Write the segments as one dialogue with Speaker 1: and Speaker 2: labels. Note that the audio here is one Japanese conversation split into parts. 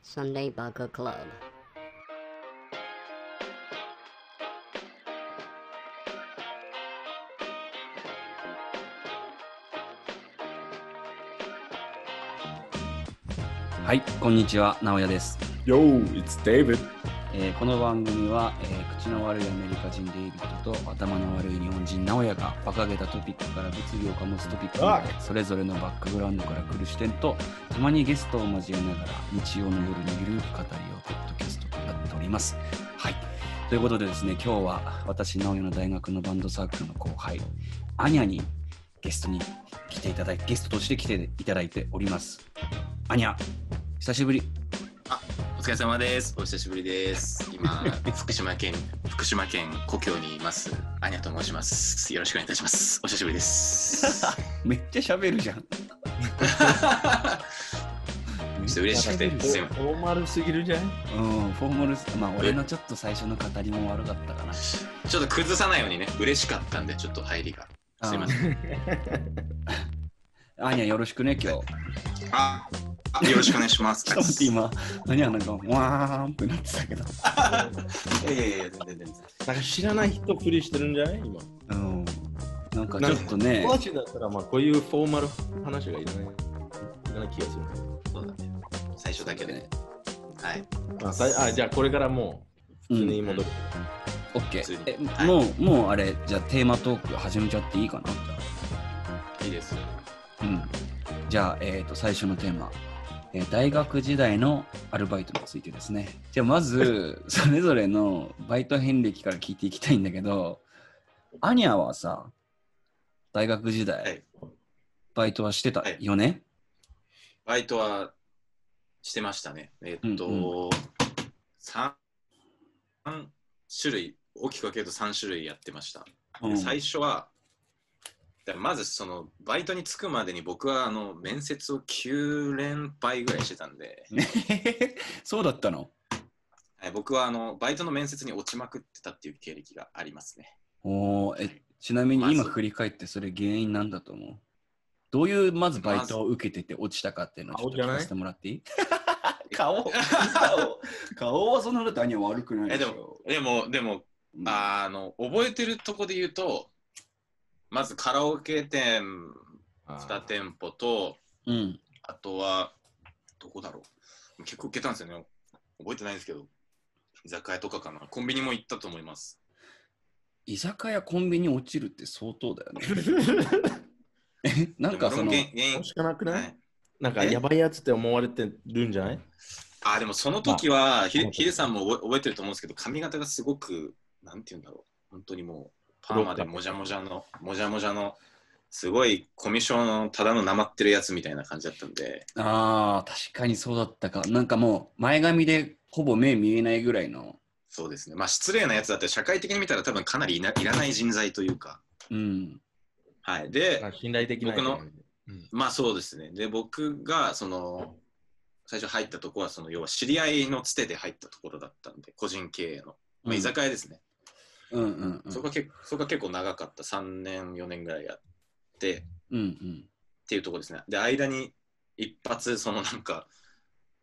Speaker 1: Sunday Baka Club.
Speaker 2: Club はいこんにちは直哉です、
Speaker 3: Yo, it's David.
Speaker 2: えーこの番組は、えー口の悪いアメリカ人デイビッドと頭の悪い日本人直哉が馬鹿げたトピックから物議を醸すトピックまでそれぞれのバックグラウンドから来る視点とたまにゲストを交えながら日曜の夜にゆるく語りをポッドキャストとなっておりますはいということでですね今日は私直哉の大学のバンドサークルの後輩アニャにゲストに来ていただいゲストとして来ていただいておりますアニャ久しぶり
Speaker 4: お疲れ様です。お久しぶりです。 今、福島県、福島県故郷にいます。アニャと申します。よろしくお願いいたします。お久しぶり です。
Speaker 2: めっちゃ喋るじゃん
Speaker 4: ちょっと嬉しくて、すいません。
Speaker 3: フォーマルすぎるじゃん。
Speaker 2: うん、フォーマルス、まあ俺のちょっと最初の語りも悪かったかな。す
Speaker 4: ちょっと崩さないようにね、嬉しかったんで、ちょっと入りが。すいませ
Speaker 2: ん。アーニャよろしくね、今日。
Speaker 4: あ、あよろしくお願いし ます。
Speaker 2: ちょっと待って、今、アーニャなんか、わーんってなってたけど。
Speaker 4: いやいやいや、全然全然。
Speaker 3: なんか知らない人ふりしてるんじゃない今。
Speaker 2: うん。なんかちょっとね、
Speaker 3: マジだったら、まあ、こういうフォーマル話がいらない。いらない気がする。
Speaker 4: そうだね。最初だけでね。はい。
Speaker 3: あ、さいあじゃあこれからも
Speaker 2: う
Speaker 3: う、普通
Speaker 2: ん、
Speaker 3: に戻る。
Speaker 2: オッケ
Speaker 4: 普通に
Speaker 2: ー。え、
Speaker 4: はい
Speaker 2: もう、もうあれ、じゃあテーマトーク始めちゃっていいかなじゃ
Speaker 4: いいです。
Speaker 2: あうん。じゃあ、えっ、と、最初のテーマ。えー大学時代のアルバイトについてですね。じゃあま ず、それぞれのバイト遍歴から聞いていきたいんだけど、アニャはさ、大学時代、
Speaker 4: はい
Speaker 2: バイトはしてた
Speaker 4: はい
Speaker 2: よね、
Speaker 4: バイトはしてましたね。えっと、三三種類、大きく分けると3種類やってました。
Speaker 2: うん
Speaker 4: 最初は、だからまずそのバイトに着くまでに僕はあの面接を9連敗ぐらいしてたんで、
Speaker 2: そうだったの
Speaker 4: はい僕はあのバイトの面接に落ちまくってたっていう経歴がありますね。
Speaker 2: おーえちなみに今
Speaker 4: まず
Speaker 2: 振り返ってそれ原因なんだと思うどういうまずバイトを受けてて落ちたかっていうのをちょっと聞かせてもらってい い顔顔顔はそんなだってアニャは悪くない
Speaker 4: え
Speaker 2: で
Speaker 4: で
Speaker 2: し
Speaker 4: も
Speaker 2: ょ、
Speaker 4: でも、でも、
Speaker 2: うん
Speaker 4: あの覚えてるとこで言うと、まずカラオケ店2店 舗と、
Speaker 2: うん
Speaker 4: あとは、どこだろう。結構行けたんですよね。覚えてないんですけど、居酒屋とかかな。コンビニも行ったと思います。
Speaker 2: 居酒屋コンビニ落ちるって相当だよねえなんかその
Speaker 4: でも俺も原
Speaker 3: 楽
Speaker 4: 因
Speaker 3: しかなく
Speaker 4: は
Speaker 3: ないいなんかやばいやつって思われてるんじゃない
Speaker 4: あでもその時は、ヒ
Speaker 3: ま
Speaker 4: デ
Speaker 3: あ
Speaker 4: ヒデさんも覚え覚えてると思うんですけど、髪型がすごく、なんて言うんだろう、本当にもう、パーマでもじゃもじゃの、もじゃもじゃの、すごいコミュ障のただのなまってるやつみたいな感じだったんで、
Speaker 2: ああ確かにそうだったかなんかもう前髪でほぼ目見えないぐらいの
Speaker 4: そうですね、まあ失礼なやつだって、社会的に見たら多分かなりいないらない人材というか、
Speaker 2: うん
Speaker 4: はい。で
Speaker 3: なん、か信頼できない。
Speaker 4: 僕のまあそうですね、で、僕が、その、最初入ったとこは、その、要は知り合いのつてで入ったところだったんで、個人経営の、まあ、居酒屋ですね。
Speaker 2: うんうんうん
Speaker 4: そこが結そこが結構長かった、3年、4年ぐらいやって、
Speaker 2: うんうん
Speaker 4: っていうところですね。で、間に一発、そのなんか、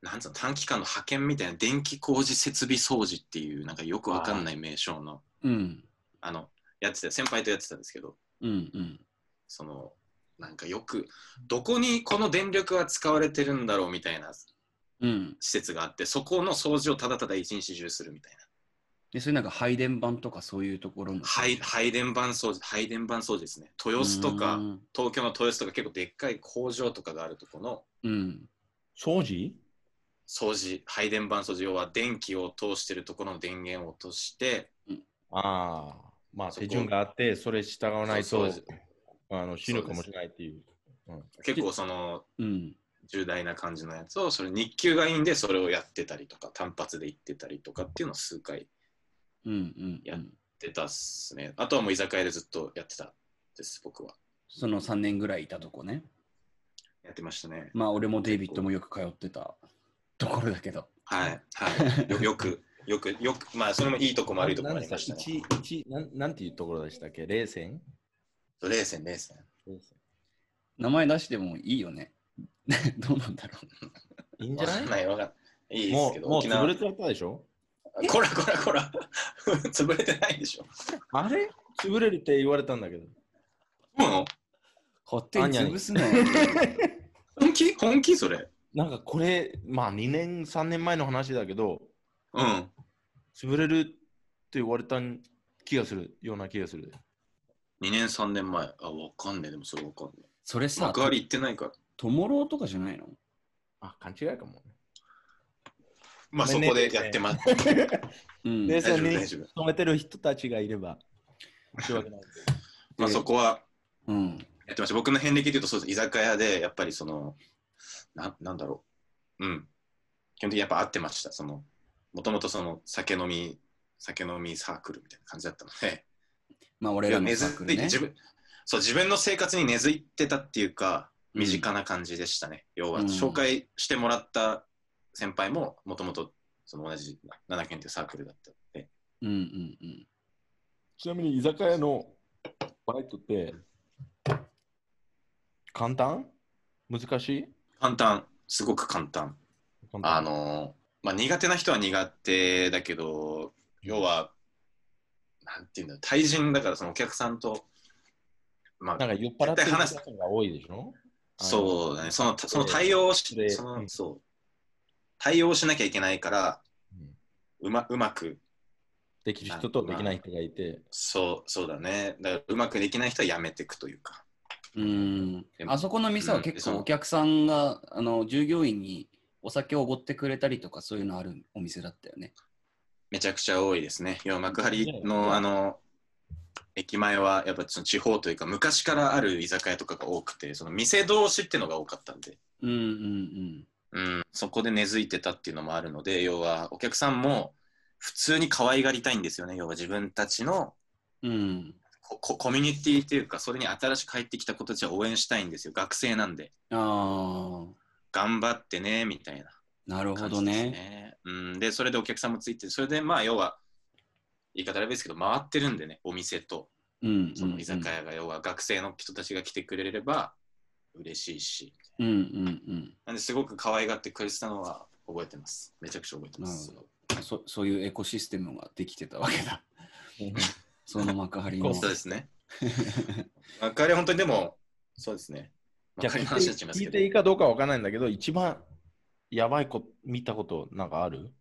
Speaker 4: なんつうの、短期間の派遣みたいな電気工事設備掃除っていう、なんかよくわかんない名称の、
Speaker 2: うん
Speaker 4: あの、やってた、先輩とやってたんですけど、
Speaker 2: うんうん
Speaker 4: その、なんかよく、どこにこの電力は使われてるんだろうみたいな
Speaker 2: うん
Speaker 4: 施設があって、そこの掃除をただただ一日中するみたいな。
Speaker 2: でそれなんか配電盤とかそういうところの
Speaker 4: 配配電盤掃除、配電盤掃除ですね。豊洲と
Speaker 2: う
Speaker 4: か、
Speaker 2: ん
Speaker 4: 東京の豊洲とか結構でっかい工場とかがあるとこの、
Speaker 2: うん
Speaker 3: 掃除
Speaker 4: 掃除配電盤掃除要は電気を通してるところの電源を落として
Speaker 3: ああ。まあ
Speaker 4: そ
Speaker 3: 手
Speaker 4: こ
Speaker 3: 順があって、それ従わない
Speaker 4: そう
Speaker 3: と
Speaker 4: そう
Speaker 3: あの死ぬかもしれないっていう。
Speaker 4: 結構その
Speaker 2: うん
Speaker 4: 重大な感じのやつをそれ日給がいいんでそれをやってたりとか単発で行ってたりとかっていうのを数回やっ
Speaker 2: うんうんう
Speaker 4: や
Speaker 2: ん
Speaker 4: てたっすねあとはもう居酒屋でずっとやってたです僕は
Speaker 2: その3年ぐらいいたとこね
Speaker 4: やってましたね
Speaker 2: まあ俺もデイビッドもよく通ってたところだけど
Speaker 4: はいはいよよくよくよくまあそれもいいとこも悪いとこも
Speaker 3: な
Speaker 4: あ
Speaker 3: んで
Speaker 4: り
Speaker 3: した
Speaker 4: ま
Speaker 3: っ
Speaker 4: したね
Speaker 3: け一一なんなんていうところでしたっけ冷戦
Speaker 4: 冷戦冷戦
Speaker 2: 名前出してもいいよね どうなんだろう
Speaker 3: いいんじ
Speaker 4: わ
Speaker 3: ゃ
Speaker 4: か
Speaker 3: なんい
Speaker 4: ないわかんいいです
Speaker 3: も
Speaker 4: け
Speaker 3: う、
Speaker 4: ど、
Speaker 3: もう
Speaker 4: 沖縄
Speaker 3: 潰れ。ちゃったでしょ
Speaker 4: こらこ らこら。潰れてないでしょ。
Speaker 3: あれ潰れるって言われたんだけど。
Speaker 4: も
Speaker 2: 勝手に潰すなよ。
Speaker 4: う本気本気それ。
Speaker 3: なんかこれ、まあ2年、3年前の話だけど、
Speaker 4: うん。
Speaker 3: 潰れるって言われた気がするような気がする。
Speaker 4: 2年3年前。あ、わかんねえ。でもそれわかんねえ。
Speaker 2: それさ
Speaker 4: 幕、張行ってないから。
Speaker 2: トモローとかじゃないの
Speaker 3: あ、勘違いかもね。
Speaker 4: まあそ
Speaker 3: ごめんね
Speaker 4: こでやってます。
Speaker 2: うん。
Speaker 3: で
Speaker 4: 大丈夫大丈夫。
Speaker 3: 止めてる人たちがいれ ば、申し訳ないです。
Speaker 4: まあそこは
Speaker 2: うん。
Speaker 4: やってました。僕の遍歴で言うとそうです。居酒屋で、やっぱりその、ななんだろう。うん。基本的にやっぱ合ってました。その、もともとその酒飲み、酒飲みサークルみたいな感じだったので。
Speaker 2: まあ、俺
Speaker 4: い
Speaker 2: ら
Speaker 4: や
Speaker 2: の
Speaker 4: 根
Speaker 2: サ
Speaker 4: 付
Speaker 2: ークル
Speaker 4: いて、
Speaker 2: ね。
Speaker 4: 自分そう自分の生活に根付いてたっていうか
Speaker 2: うん
Speaker 4: 身近な感じでしたね、要は
Speaker 2: うん
Speaker 4: 紹介してもらった先輩ももともとその同じ7軒というサークルだったので
Speaker 2: うんうんうん。
Speaker 3: ちなみに居酒屋のバイトって簡単難しい
Speaker 4: 簡単すごく簡単
Speaker 3: 簡単
Speaker 4: あのーまあ苦手な人は苦手だけど要はなんていうんだろう対人だからそのお客さんとま
Speaker 3: なん
Speaker 4: あ
Speaker 3: か酔っ払ってる
Speaker 4: 絶対話す
Speaker 3: 人が多いでしょ
Speaker 4: そうだねそのその対応をし
Speaker 3: で
Speaker 4: その
Speaker 3: うん
Speaker 4: そう対応しなきゃいけないから
Speaker 3: うん
Speaker 4: うまうまく
Speaker 3: できる人とできない人がいて。
Speaker 4: そう、そうだね。だからうまくできない人はやめていくというか。
Speaker 2: うん
Speaker 4: でも
Speaker 2: あそこの店は
Speaker 4: うんで
Speaker 2: 結
Speaker 4: そ
Speaker 2: 構
Speaker 4: の
Speaker 2: お客さんが、あの従業員にお酒をおごってくれたりとかそういうのあるお店だったよね。
Speaker 4: めちゃくちゃ多いですね。要は幕張
Speaker 3: ね
Speaker 4: のあの駅前はやっぱその地方というか昔からある居酒屋とかが多くて、その店同士っていうのが多かったんで、
Speaker 2: うんうん
Speaker 4: うん、そこで根付いてたっていうのもあるので、要はお客さんも普通に可愛がりたいんですよね。要は自分たちの
Speaker 2: うん。うん。
Speaker 4: ここコミュニティというか、それに新しく入ってきた子たちは応援したいんですよ。学生なんで。
Speaker 2: あ
Speaker 4: 頑張ってね、みたいな。
Speaker 2: あ、なるほ
Speaker 4: 感
Speaker 2: ど
Speaker 4: じです
Speaker 2: ね。
Speaker 4: ね。うん、で、それでお客さんもついて、それでまあ、要は、言い方あれですけど、回ってるんでね、お店と、
Speaker 2: うんうんうん。
Speaker 4: その居酒屋が、要は学生の人たちが来てくれれば嬉しいし、
Speaker 2: うんうん
Speaker 4: なんですごく可愛がってくれてたのは覚えてます。めちゃくちゃ覚えてます
Speaker 2: な。うん。そそういうエコシステムができてたわけ だ。その幕張
Speaker 3: こ
Speaker 2: の
Speaker 3: う。
Speaker 4: そうですね。まあ、彼は本当にでも、そうですね。ま
Speaker 3: じ
Speaker 4: あ、
Speaker 3: ゃあ
Speaker 4: 彼
Speaker 3: 聞い
Speaker 4: の話になっちゃいま
Speaker 3: て聞
Speaker 4: すけ
Speaker 3: い
Speaker 4: ど
Speaker 3: てい、いかどうかわかんないんだけど、一番やばいこ見たことなんかある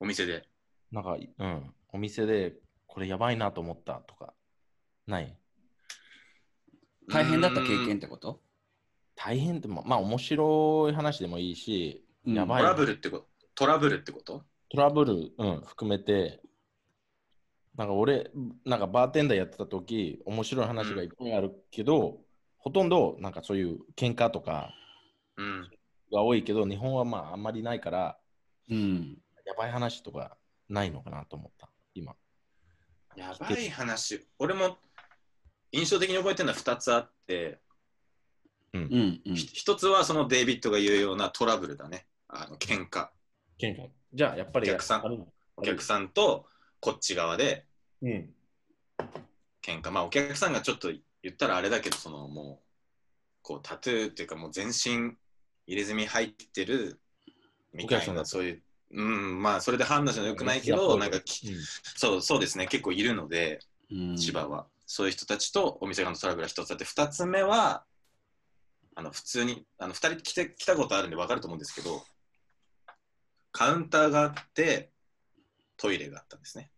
Speaker 4: お店で。
Speaker 3: なんか、うん、お店でこれやばいなと思ったとか、ない
Speaker 2: 大変だった経験ってこと
Speaker 3: 大変って、ままあ面白い話でもいいし、
Speaker 2: うん
Speaker 3: や
Speaker 4: うん
Speaker 3: ば
Speaker 4: ト
Speaker 3: い
Speaker 4: ラブルってことトラブルってこと
Speaker 3: トラブル、うん、含めて、なんか俺、なんかバーテンダーやってた時、面白い話がいっぱいあるけど、ほとんどなんかそういう喧嘩とか
Speaker 4: うん。
Speaker 3: が多いけど、日本はまああんまりないから、
Speaker 2: うん。
Speaker 3: やばい話とかないのかなと思った、今。
Speaker 4: やばい話、俺も印象的に覚えてるのは2つあって、
Speaker 2: うんうん。
Speaker 4: ひ一つはそのデイビッドが言うようなトラブルだね。あの喧嘩
Speaker 3: 喧嘩じゃあ、やっぱり
Speaker 4: お客さん
Speaker 3: あるの
Speaker 4: お客さんとこっち側で
Speaker 3: うん。
Speaker 4: 喧嘩まあお客さんがちょっと言ったらあれだけど、そのもう、こうタトゥーっていうかもう全身入れ墨入ってるみた
Speaker 3: お客さ
Speaker 4: い
Speaker 3: んだ
Speaker 4: な、
Speaker 3: と
Speaker 4: そういう、うん、まあそれで判断じゃよくないけど、なんかき
Speaker 3: うん
Speaker 4: そう、そうですね、結構いるので、
Speaker 2: うん
Speaker 4: 千葉は、そういう人たちとお店側のトラブルが一つあって、二つ目は、あの普通に、あの二人来て来たことあるんで分かると思うんですけど、カウンターがあって、トイレがあったんですね。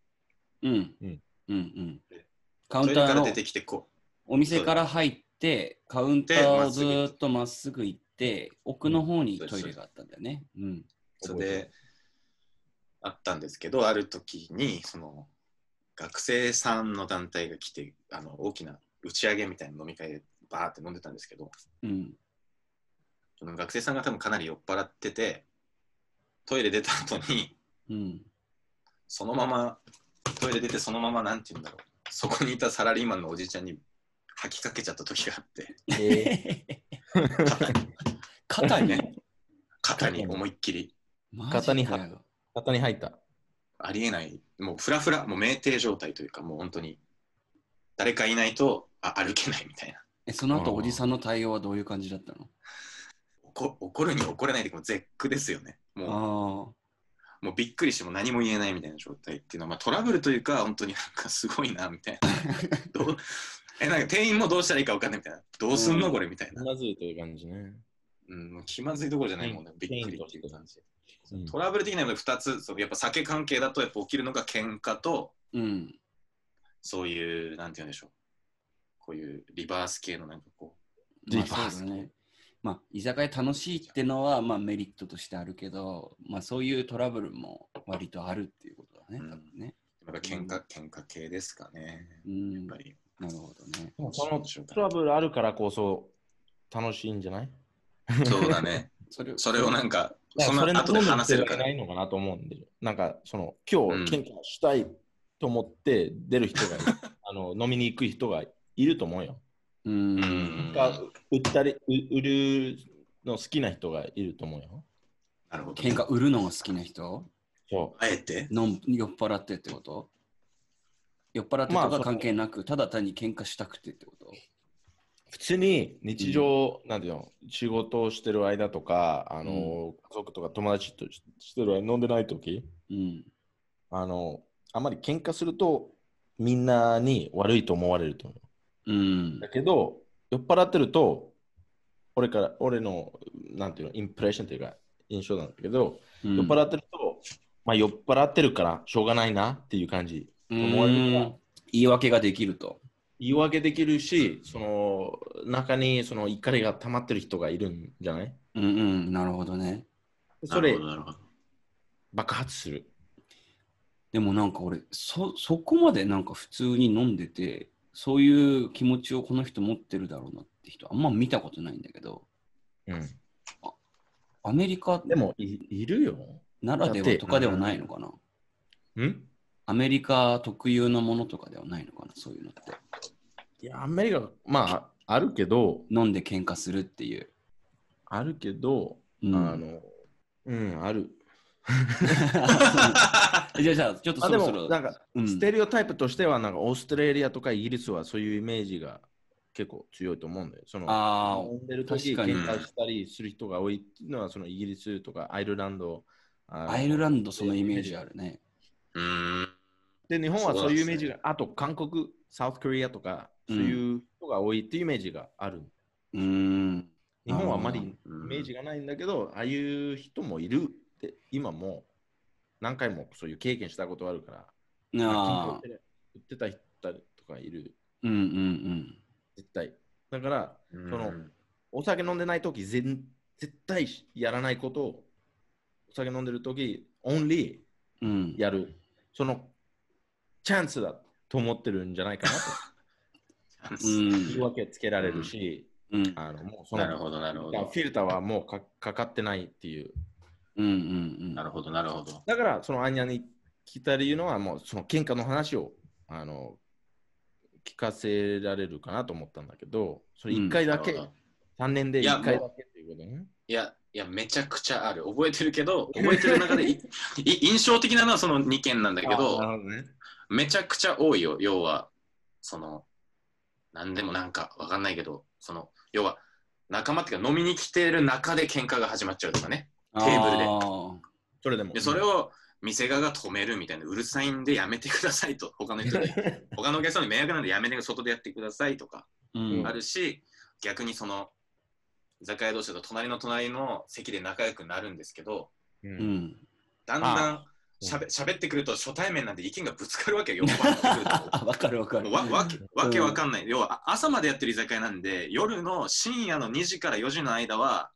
Speaker 2: うんう
Speaker 3: うん
Speaker 2: んうん
Speaker 4: で。
Speaker 2: カ
Speaker 4: ト
Speaker 2: ウン
Speaker 4: イレ
Speaker 2: タ
Speaker 4: か
Speaker 2: ー
Speaker 4: ら
Speaker 2: の
Speaker 4: 出てきてこ
Speaker 2: お店から入って、カウンターをずーっとまっすぐ行って、奥の方にトイレがあったんだよね。うん。
Speaker 4: う、それで、あったんですけど、ある時に、その、学生さんの団体が来て、あの大きな打ち上げみたいな飲み会でバーって飲んでたんですけど、
Speaker 2: うん。
Speaker 4: その学生さんが多分かなり酔っ払ってて、トイレ出た後に、
Speaker 2: うん。
Speaker 4: そのままトイレ出てそのままなんて言うんだろうそこにいたサラリーマンのおじいちゃんに吐きかけちゃった時があって
Speaker 3: え
Speaker 2: 肩に
Speaker 4: ね肩に思いっきり
Speaker 2: マジ
Speaker 3: 肩に貼
Speaker 2: かよ
Speaker 3: ー、肩に入った。
Speaker 4: ありえないもうフラフラもう酩酊状態というかもう本当に誰かいないとあ歩けないみたいな
Speaker 2: え、その後おじさんの対応はどういう感じだったの
Speaker 4: 怒怒るに怒れないでもう絶句ですよねもう
Speaker 2: あ
Speaker 4: もうびっくりしてもう何も言えないみたいな状態っていうのは、まあ、トラブルというか本当になんかすごいなみたいな どうえなんか店員もどうしたらいいか分かんないみたいなどうすんのこれみたいな、
Speaker 3: まずいという感じね。
Speaker 4: うん、もう気まずいどころじゃないもんねびっくりっていう感じ
Speaker 3: うん
Speaker 4: トラブル的なもの2つそのやっぱ酒関係だとやっぱ起きるのが喧嘩と
Speaker 2: ーうん。
Speaker 4: そういうなんて言うんでしょうこういうリバース系のなんかこ
Speaker 2: ま
Speaker 3: リ
Speaker 2: あ
Speaker 3: バース
Speaker 2: そうだね。まあ、居酒屋楽しいってのは、まあ、メリットとしてあるけど、まあ、そういうトラブルも割とあるっていうことだね、
Speaker 4: うん
Speaker 2: 多分ね。
Speaker 4: うやっぱ喧嘩喧嘩系ですかね
Speaker 2: うん、
Speaker 4: やっぱ
Speaker 2: なる
Speaker 4: り
Speaker 2: ほどね。
Speaker 3: でもそのトラブルあるからこそ楽しいんじゃない
Speaker 4: そうだね
Speaker 2: それ
Speaker 4: それをなん
Speaker 2: か、
Speaker 4: か
Speaker 3: だ
Speaker 4: その後で話せるか
Speaker 3: な
Speaker 4: ら
Speaker 3: いのかなと思うんで、なんかその今日喧嘩したいと思って出る人が、 あの飲みに行く人がいると思うよ。
Speaker 2: う。
Speaker 4: うんん
Speaker 3: が売ったりう売るの好きな人がいると思うよ。
Speaker 4: なるほど
Speaker 2: 喧嘩売るのが好きな人
Speaker 3: そ
Speaker 4: あえて
Speaker 2: 飲ん酔っ払ってってこと酔っ払ってと
Speaker 3: ま
Speaker 2: か
Speaker 3: あ
Speaker 2: 関係なく、ただ単に喧嘩したくてってこと
Speaker 3: う普通に日常、なんていうの仕事をしてる間とかあの、家族とか友達とししてる間飲んでない時
Speaker 2: うん。
Speaker 3: あのあまり喧嘩するとみんなに悪いと思われると思う。
Speaker 2: うん
Speaker 3: だ。けど、酔っ払ってると、俺から、俺の、なんていうの、インプレッションというか、印象なんだけど、
Speaker 2: 酔
Speaker 3: 酔っ払ってると、まあ、酔っ払ってるから、しょうがないなっていう感じ。思われるから
Speaker 2: 言い訳ができると。
Speaker 3: 言い訳できるし、その、中に、その、怒りが溜まってる人がいるんじゃない
Speaker 2: うんうん、なるほどね。
Speaker 3: それ
Speaker 4: なるほ、どなる ほど
Speaker 3: 爆発する。
Speaker 2: でもなんか俺、そ、そこまでなんか普通に飲んでて、そういう気持ちをこの人持ってるだろうなって人、あんま見たことないんだけど、
Speaker 3: うん。
Speaker 2: アメリカ
Speaker 3: でも、いいるよ。
Speaker 2: ならで
Speaker 3: だっ
Speaker 2: は
Speaker 3: て
Speaker 2: とかではないのかな。
Speaker 3: ん
Speaker 2: アメリカ特有のものとかではないのかな、そういうのって。
Speaker 3: いや、アメリカ、まあ、あるけど、
Speaker 2: 飲んで喧嘩するっていう。
Speaker 3: あるけど、
Speaker 2: うん
Speaker 3: あの、うん、ある。
Speaker 2: じゃあ、じゃあ、ちょっと
Speaker 3: ま
Speaker 2: そ
Speaker 3: あで
Speaker 2: ろそ
Speaker 3: も、
Speaker 2: ろ。
Speaker 3: なんか、
Speaker 2: うん
Speaker 3: ステレオタイプとしては、なんかオーストラリアとかイギリスはそういうイメージが結構強いと思うんだよ。その、
Speaker 2: あ
Speaker 3: 飲んでる時
Speaker 2: 確かに
Speaker 3: 喧嘩したりする人が多いっていうのは、そのイギリスとかアイルランド。
Speaker 2: あ、
Speaker 3: あ
Speaker 2: アイルランドそのイメージあるね。
Speaker 4: うーん
Speaker 3: で、日本はそういうイメージ
Speaker 4: そうなんです
Speaker 3: が、あと韓国、サウスコリアとか、
Speaker 2: う
Speaker 3: そ
Speaker 2: ん
Speaker 3: ういう人が多いっていうイメージがある。
Speaker 2: うーん。
Speaker 3: 日本はあまり
Speaker 2: な
Speaker 3: イ
Speaker 2: る
Speaker 3: メージがないんだけど、ああいう人もいるって、今も何回もそういう経験したことあるから、
Speaker 2: ああ。
Speaker 3: 売ってた人とかいる。
Speaker 2: うんうんうん。
Speaker 3: 絶対。だから、
Speaker 4: そ
Speaker 3: そのお酒飲んでないとき、ぜん絶対やらないことを、お酒飲んでるとき、オンリ
Speaker 2: うん、
Speaker 3: ーやる。その、チャンスだと思ってるんじゃない かな
Speaker 2: う
Speaker 3: と。言い
Speaker 2: ん、
Speaker 3: 訳つけられるし、
Speaker 2: うん、
Speaker 3: あの、もうその、
Speaker 4: なるほど、なるほ
Speaker 3: だから
Speaker 4: ど。
Speaker 3: フィルターはもうかかかってないっていう。
Speaker 2: うん、うん、
Speaker 4: なるほど、なるほど。
Speaker 3: だから、そのアンニャに聞いた理由のは、もうその喧嘩の話を、あの、聞かせられるかなと思ったんだけど、それ1回だけ、
Speaker 4: なるほど
Speaker 3: 3年で
Speaker 4: いや
Speaker 3: 1回だ
Speaker 4: も
Speaker 3: けっていうことね。
Speaker 4: いや、いや、めちゃくちゃある。覚えてる けど、覚えてる中でいい印象的なのはその2件なんだけ
Speaker 3: あな
Speaker 4: ど、
Speaker 3: るほどね。
Speaker 4: めちゃくちゃ多いよ。要は、その、なんでもなんかわかんないけど、その、要は、仲間っていうか飲みに来てる中で喧嘩が始まっちゃうとかね。
Speaker 2: テ
Speaker 4: ーブルで
Speaker 3: それでも。
Speaker 4: でそれを店側が止めるみたいな、うるさいんでやめてくださいと、他の人に、他のお客さんに迷惑なんでやめて、外でやってくださいとか、
Speaker 2: うん、
Speaker 4: あるし、逆にその居酒屋同士だと隣の隣の席で仲良くなるんですけど、
Speaker 3: う、
Speaker 2: うんん、
Speaker 4: だんだん
Speaker 3: うん
Speaker 4: しゃべ喋ってくると初対面なんで意見がぶつかる わけよ、酔っ払ってくる
Speaker 2: あ、わかるわか
Speaker 4: と。
Speaker 2: る。
Speaker 4: わわけわけわかんない、要はあ朝までやってる居酒屋なんで、夜の深夜の2時から4時の間は、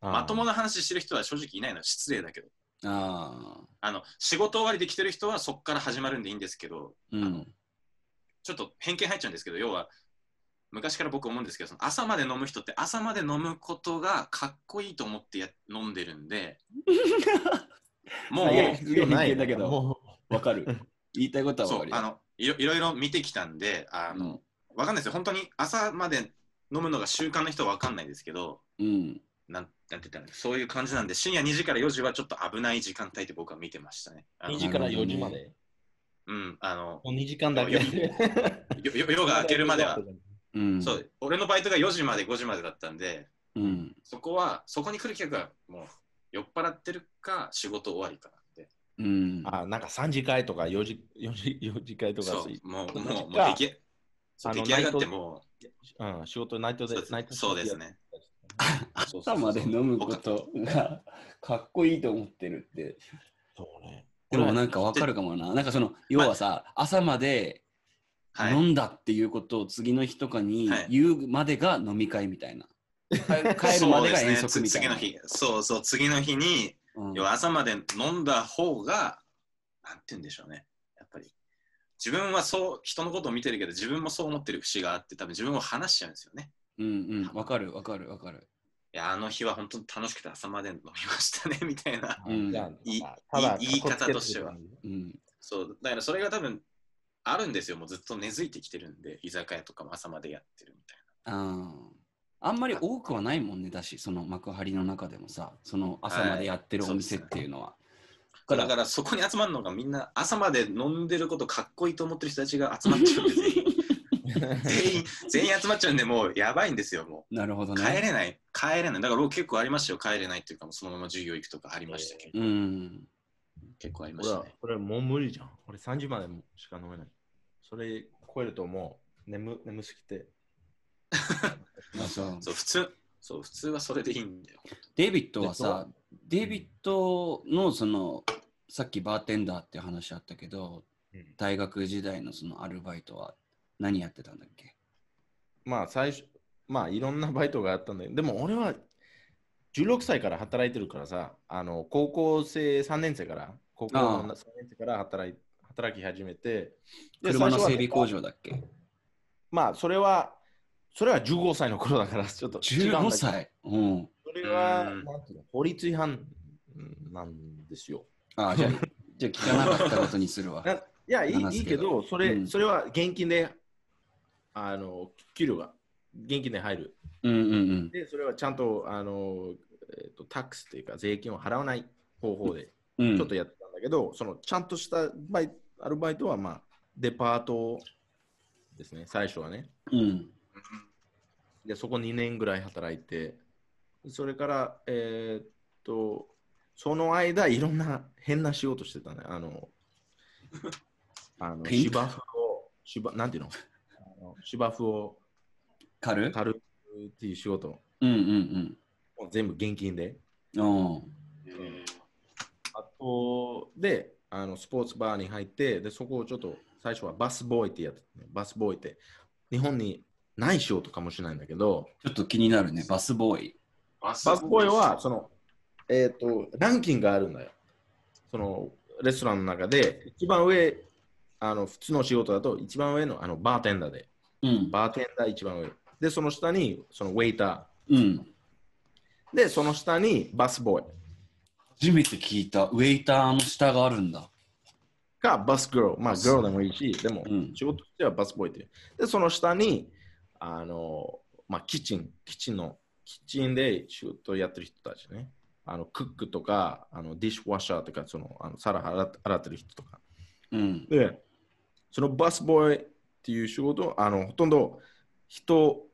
Speaker 4: まとも
Speaker 3: な。
Speaker 4: な話してる人は正直いないの、失礼だけど。
Speaker 2: ああ、
Speaker 4: あの仕事終わりで来てる人はそこから始まるんでいいんですけど、
Speaker 2: うん、
Speaker 4: ちょっと偏見入っちゃうんですけど、要は昔から僕思うんですけど、その朝まで飲む人って朝まで飲むことがかっこいいと思ってや飲んでるんで、もう
Speaker 3: いや必要ない
Speaker 2: 偏見だけど
Speaker 3: も
Speaker 2: わかる。言いたいことはわ
Speaker 4: そ
Speaker 2: か
Speaker 4: う
Speaker 2: るよ。
Speaker 4: あのいろいろいろ見てきたんで、あの、わかんないですよ、本当に朝まで飲むのが習慣の人はわかんないですけど、
Speaker 2: うん、うん、
Speaker 4: なんなんて言ったらいいのそういう感じなんで、深夜2時から4時はちょっと危ない時間帯って僕は見てましたね。
Speaker 3: う
Speaker 4: あの
Speaker 3: 2時から4時まで。
Speaker 4: うん、あの、
Speaker 3: もう2時間だけ。
Speaker 4: よよ夜が明けるまでは。
Speaker 2: うん、
Speaker 4: そう、俺のバイトが4時まで5時までだったんで、
Speaker 2: うん、
Speaker 4: そこは、そこに来る客はもう酔っ払ってるか仕事終わりかって
Speaker 2: うん。
Speaker 3: あなんか3次会とか4次 ,4 次 ,4 次会とか
Speaker 4: そ
Speaker 3: そういう
Speaker 4: もう
Speaker 3: 同じ
Speaker 4: もうもう
Speaker 3: か
Speaker 4: 出来そう
Speaker 3: あの
Speaker 4: 出来上がっても
Speaker 3: う、うん、仕事ナイト
Speaker 4: う
Speaker 3: で
Speaker 4: そう
Speaker 3: ナイト
Speaker 4: そうですねそうそう
Speaker 2: 朝まで飲むことがかっこいいと思ってるって。
Speaker 3: そうね
Speaker 2: でもなんかわかるかもな。なんかその、要はさ、朝まで
Speaker 4: はい
Speaker 2: 飲んだっていうことを次の日とかに
Speaker 4: はい
Speaker 2: 言うまでが飲み会みたい な。帰るまでが遠足みたいな。
Speaker 4: そうですね、つ次の日そうそう次の日に
Speaker 2: うん
Speaker 4: 要は朝まで飲んだ方がなんて言うんでしょうねやっぱり自分はそう人のことを見てるけど自分もそう思ってる節があって多分自分を話しちゃうんですよね
Speaker 2: うんうん。わかるわかるわかる。
Speaker 4: いやあの日は本当に楽しくて朝まで飲みましたねみたいな
Speaker 2: うん
Speaker 3: じゃあ
Speaker 4: い
Speaker 3: ただ
Speaker 4: いい言い方としては
Speaker 2: うん。
Speaker 4: そうだからそれが多分あるんですよもうずっと根付いてきてるんで居酒屋とかも朝までやってるみたい
Speaker 2: あーあんまり多くはないもんねだし、その幕張の中でもさ、その朝までやってるお店っていうのは。だ
Speaker 4: なだ
Speaker 2: か、
Speaker 4: かららそこに集まるのがみんな朝まで飲んでることかっこいいと思ってる人たちが集まっちゃうんで全員全員全員集まっちゃうんでもうやばいんですよもう
Speaker 2: なるほど
Speaker 4: 帰
Speaker 2: ね。
Speaker 4: れない、帰れない。だから僕結構ありましたよ、帰れないっていうか、もうそのまま授業行くとかありましたけど、
Speaker 2: うん。
Speaker 4: 結構ありま
Speaker 3: 俺
Speaker 4: した
Speaker 3: は
Speaker 4: ね。
Speaker 3: これもう無理じゃん。俺3時までしか飲めない。それ超えるともう眠眠すぎて。
Speaker 2: あそう
Speaker 4: そう、普通、そう、普通はそれでいいんだよ。
Speaker 2: デイビッドはさ
Speaker 3: で、
Speaker 2: デイビッドのその、さっきバーテンダーって話あったけど、
Speaker 3: うん
Speaker 2: 大学時代のそのアルバイトは何やってたんだっけ
Speaker 3: まあ最初、まあいろんなバイトがあったんだけど、でも俺は16歳から働いてるからさ、あの高校生3年生から、高校
Speaker 2: ああ
Speaker 3: の3年生から働い働き始めて、で
Speaker 2: 車の
Speaker 3: 最初は
Speaker 2: 整備工場だっけ
Speaker 3: まあそれは、それは15歳の頃だから、ちょっと違うんだけど
Speaker 2: ?15 歳。うん。
Speaker 3: それは、
Speaker 4: うん
Speaker 3: なんていうの、法律違反なんですよ。
Speaker 2: ああ、じゃ あ、じゃあ聞かなかったことにするわ。
Speaker 3: ないや、いい
Speaker 2: なんです
Speaker 3: いい
Speaker 2: け
Speaker 3: け
Speaker 2: ど
Speaker 3: ど、それ、
Speaker 2: うん
Speaker 3: それは現金で、あの、給料が、現金で入る。
Speaker 2: うんうんうん。
Speaker 3: で、それはちゃんと、あの、えっとタックスというか、税金を払わない方法で、
Speaker 2: うん、
Speaker 3: ちょっとやってたんだけど、その、ちゃんとしたバイアルバイトは、まあ、デパートですね、最初はね。
Speaker 2: うん。
Speaker 3: で、そこ2年ぐらい働いて、それから、えーっと、その間、いろんな変な仕事してたね。あの、あの
Speaker 2: ピンク
Speaker 3: 芝生を、芝、なんていうのあの芝生を
Speaker 2: カル
Speaker 3: 刈るっていう仕事、も
Speaker 2: うんうん
Speaker 3: う全部現金で。
Speaker 2: うん。おー
Speaker 4: うん
Speaker 3: あと、で、あのスポーツバーに入って、で、そこをちょっと、最初はバスボーイってやってたね、バスボーイって、日本にない仕事かもしれないんだけど、
Speaker 2: ちょっと気になるね、バスボーイ。
Speaker 4: バ
Speaker 3: バスボーイは、その、えっ、と、ランキングがあるんだよ。その、レストランの中で、一番上、あの、普通の仕事だと、一番上の、あの、バーテンダーで。
Speaker 2: うん。
Speaker 3: バーテンダー一番上。で、その下に、その、ウェイタ
Speaker 2: うん。
Speaker 3: ー。で、その下に、バスボーイ
Speaker 2: 初めて聞いた、ウェイターの下があるんだ。
Speaker 3: か、バスグロー。まあ、グローでもいいし、でも、
Speaker 2: うん
Speaker 3: 仕事としてはバスボーイっていう。で、その下に、あの、まあ、キッチン、キッチンの、キッチンで仕事をやってる人たちね。あの、クックとか、あの、ディッシュワッシャーとか、その、あの皿洗っ洗ってる人とか。
Speaker 2: うん。
Speaker 3: で、そのバスボーイっていう仕事、あの、ほとんど人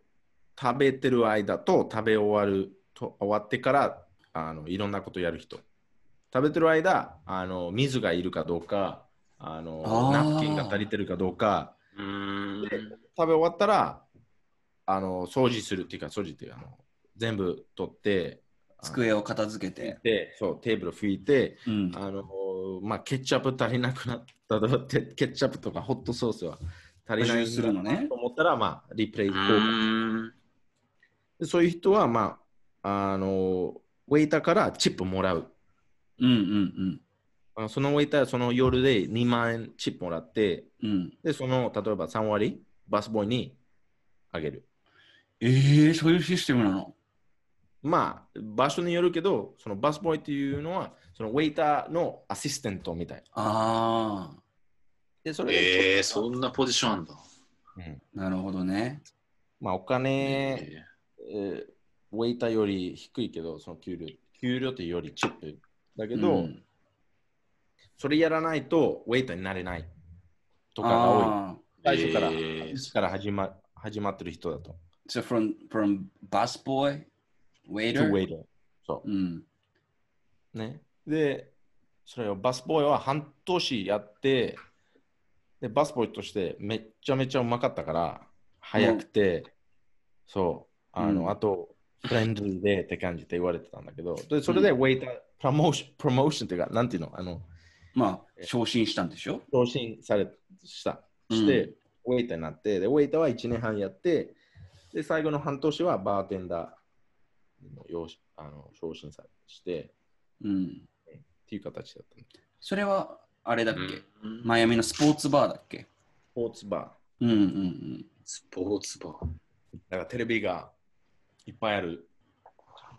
Speaker 3: 食べてる間と食べ終わると、終わってから、あの、いろんなことやる人。食べてる間、あの、水がいるかどうか、あの、
Speaker 2: あー
Speaker 3: ナプキンが足りてるかどうか、
Speaker 4: うーん。
Speaker 3: 食べ終わったら、あの、掃除するっていうか、掃除っていうか、あの、全部取って、あの
Speaker 2: 机を片付け
Speaker 3: 拭い
Speaker 2: て。
Speaker 3: て、そう、テーブル拭いて、
Speaker 2: うん。
Speaker 3: あのーまあ、ケチャップ足りなくなったとって、ケチャップとかホットソースは足りない
Speaker 2: 補充するのね
Speaker 3: と思ったら、まあ、リプレイ
Speaker 4: う
Speaker 3: 効果。
Speaker 4: ーん
Speaker 3: でそういう人は、まあ、あのーウェイターからチップもらう。
Speaker 2: うんうん
Speaker 3: あのそのウェイター、その夜で2万円チップもらって、
Speaker 2: うん。うん。
Speaker 3: で、その、例えば3割、バスボーイにあげる。
Speaker 2: えー、そういうシステムなの
Speaker 3: まあ、場所によるけど、そのバスボーイっていうのは、そのウェイターのアシスタントみたい。
Speaker 2: あ
Speaker 3: で、それで
Speaker 4: えー、そんなポジションあんだ。
Speaker 3: うん
Speaker 2: あ、なるほどね。
Speaker 3: まあ、お金、えーウェイターより低いけど、その給料、給料ってよりチップだけど、
Speaker 2: うん
Speaker 3: それやらないとウェイターになれないとかが多い。
Speaker 2: あー
Speaker 3: 最初から、
Speaker 4: えー
Speaker 3: 一から始ま始まってる人だと。
Speaker 2: So from, from bus boy,
Speaker 3: to
Speaker 2: waiter?
Speaker 3: waiter そう。
Speaker 2: うん。
Speaker 3: ね。で、それをバスボーイは半年やって、で、バスボーイとしてめっちゃめちゃうまかったから、早くて、そう、あの、
Speaker 2: うん
Speaker 3: あと、フレンドリーでって感じで言われてたんだけど、で、それでウェイター、プロモーション、プロモーションっていうか、なんていうの、あの、
Speaker 2: まあ、昇進したんでしょ
Speaker 3: 昇進されした。して、ウェイターになって、で、ウェイターは1年半やって、で、最後の半年はバーテンダーのようしあの昇進されして、
Speaker 2: うん。
Speaker 3: っていう形だったの。
Speaker 2: それは、あれだっけ、
Speaker 4: うん
Speaker 2: マイアミのスポーツバーだっけ
Speaker 3: スポーツバー。
Speaker 2: うんうんうん。
Speaker 4: スポーツバー。
Speaker 3: だからテレビがいっぱいある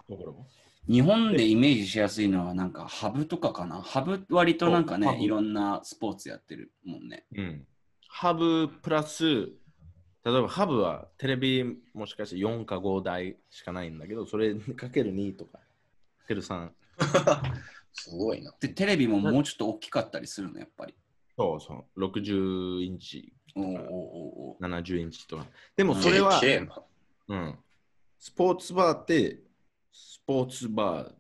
Speaker 3: ところ。
Speaker 2: 日本でイメージしやすいのはなんかハブとかかなハブ割となんか
Speaker 3: そうハ
Speaker 2: ね
Speaker 3: ブ
Speaker 2: いろんなスポーツやってるもんね。
Speaker 3: うん。ハブプラス、例えばハブはテレビもしかして4か5台しかないんだけど、それかける2とか、かける3。
Speaker 4: すごいな。
Speaker 2: でテレビももうちょっと大きかったりするのやっぱり。
Speaker 3: そうそう。60インチ、
Speaker 2: おうおうおうおう
Speaker 3: 70インチとか。でもそれは、
Speaker 4: でけえな
Speaker 3: うん、スポーツバーって、スポーツバー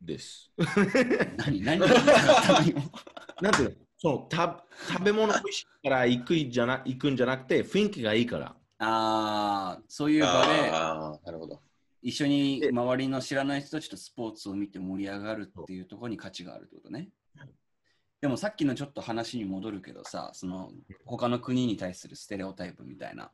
Speaker 3: です。
Speaker 2: 何何が言いたかったの今
Speaker 3: なんていうのそのた食べ物美味しいから行くんじゃな行くんじゃなくて、雰囲気がいいから。
Speaker 2: ああそういう場で
Speaker 4: ああ、なるほど。
Speaker 2: 一緒に周りの知らない人たちとスポーツを見て盛り上がるっていうところに価値があるってことね。でもさっきのちょっと話に戻るけどさ、その他の国に対するステレオタイプみたいな。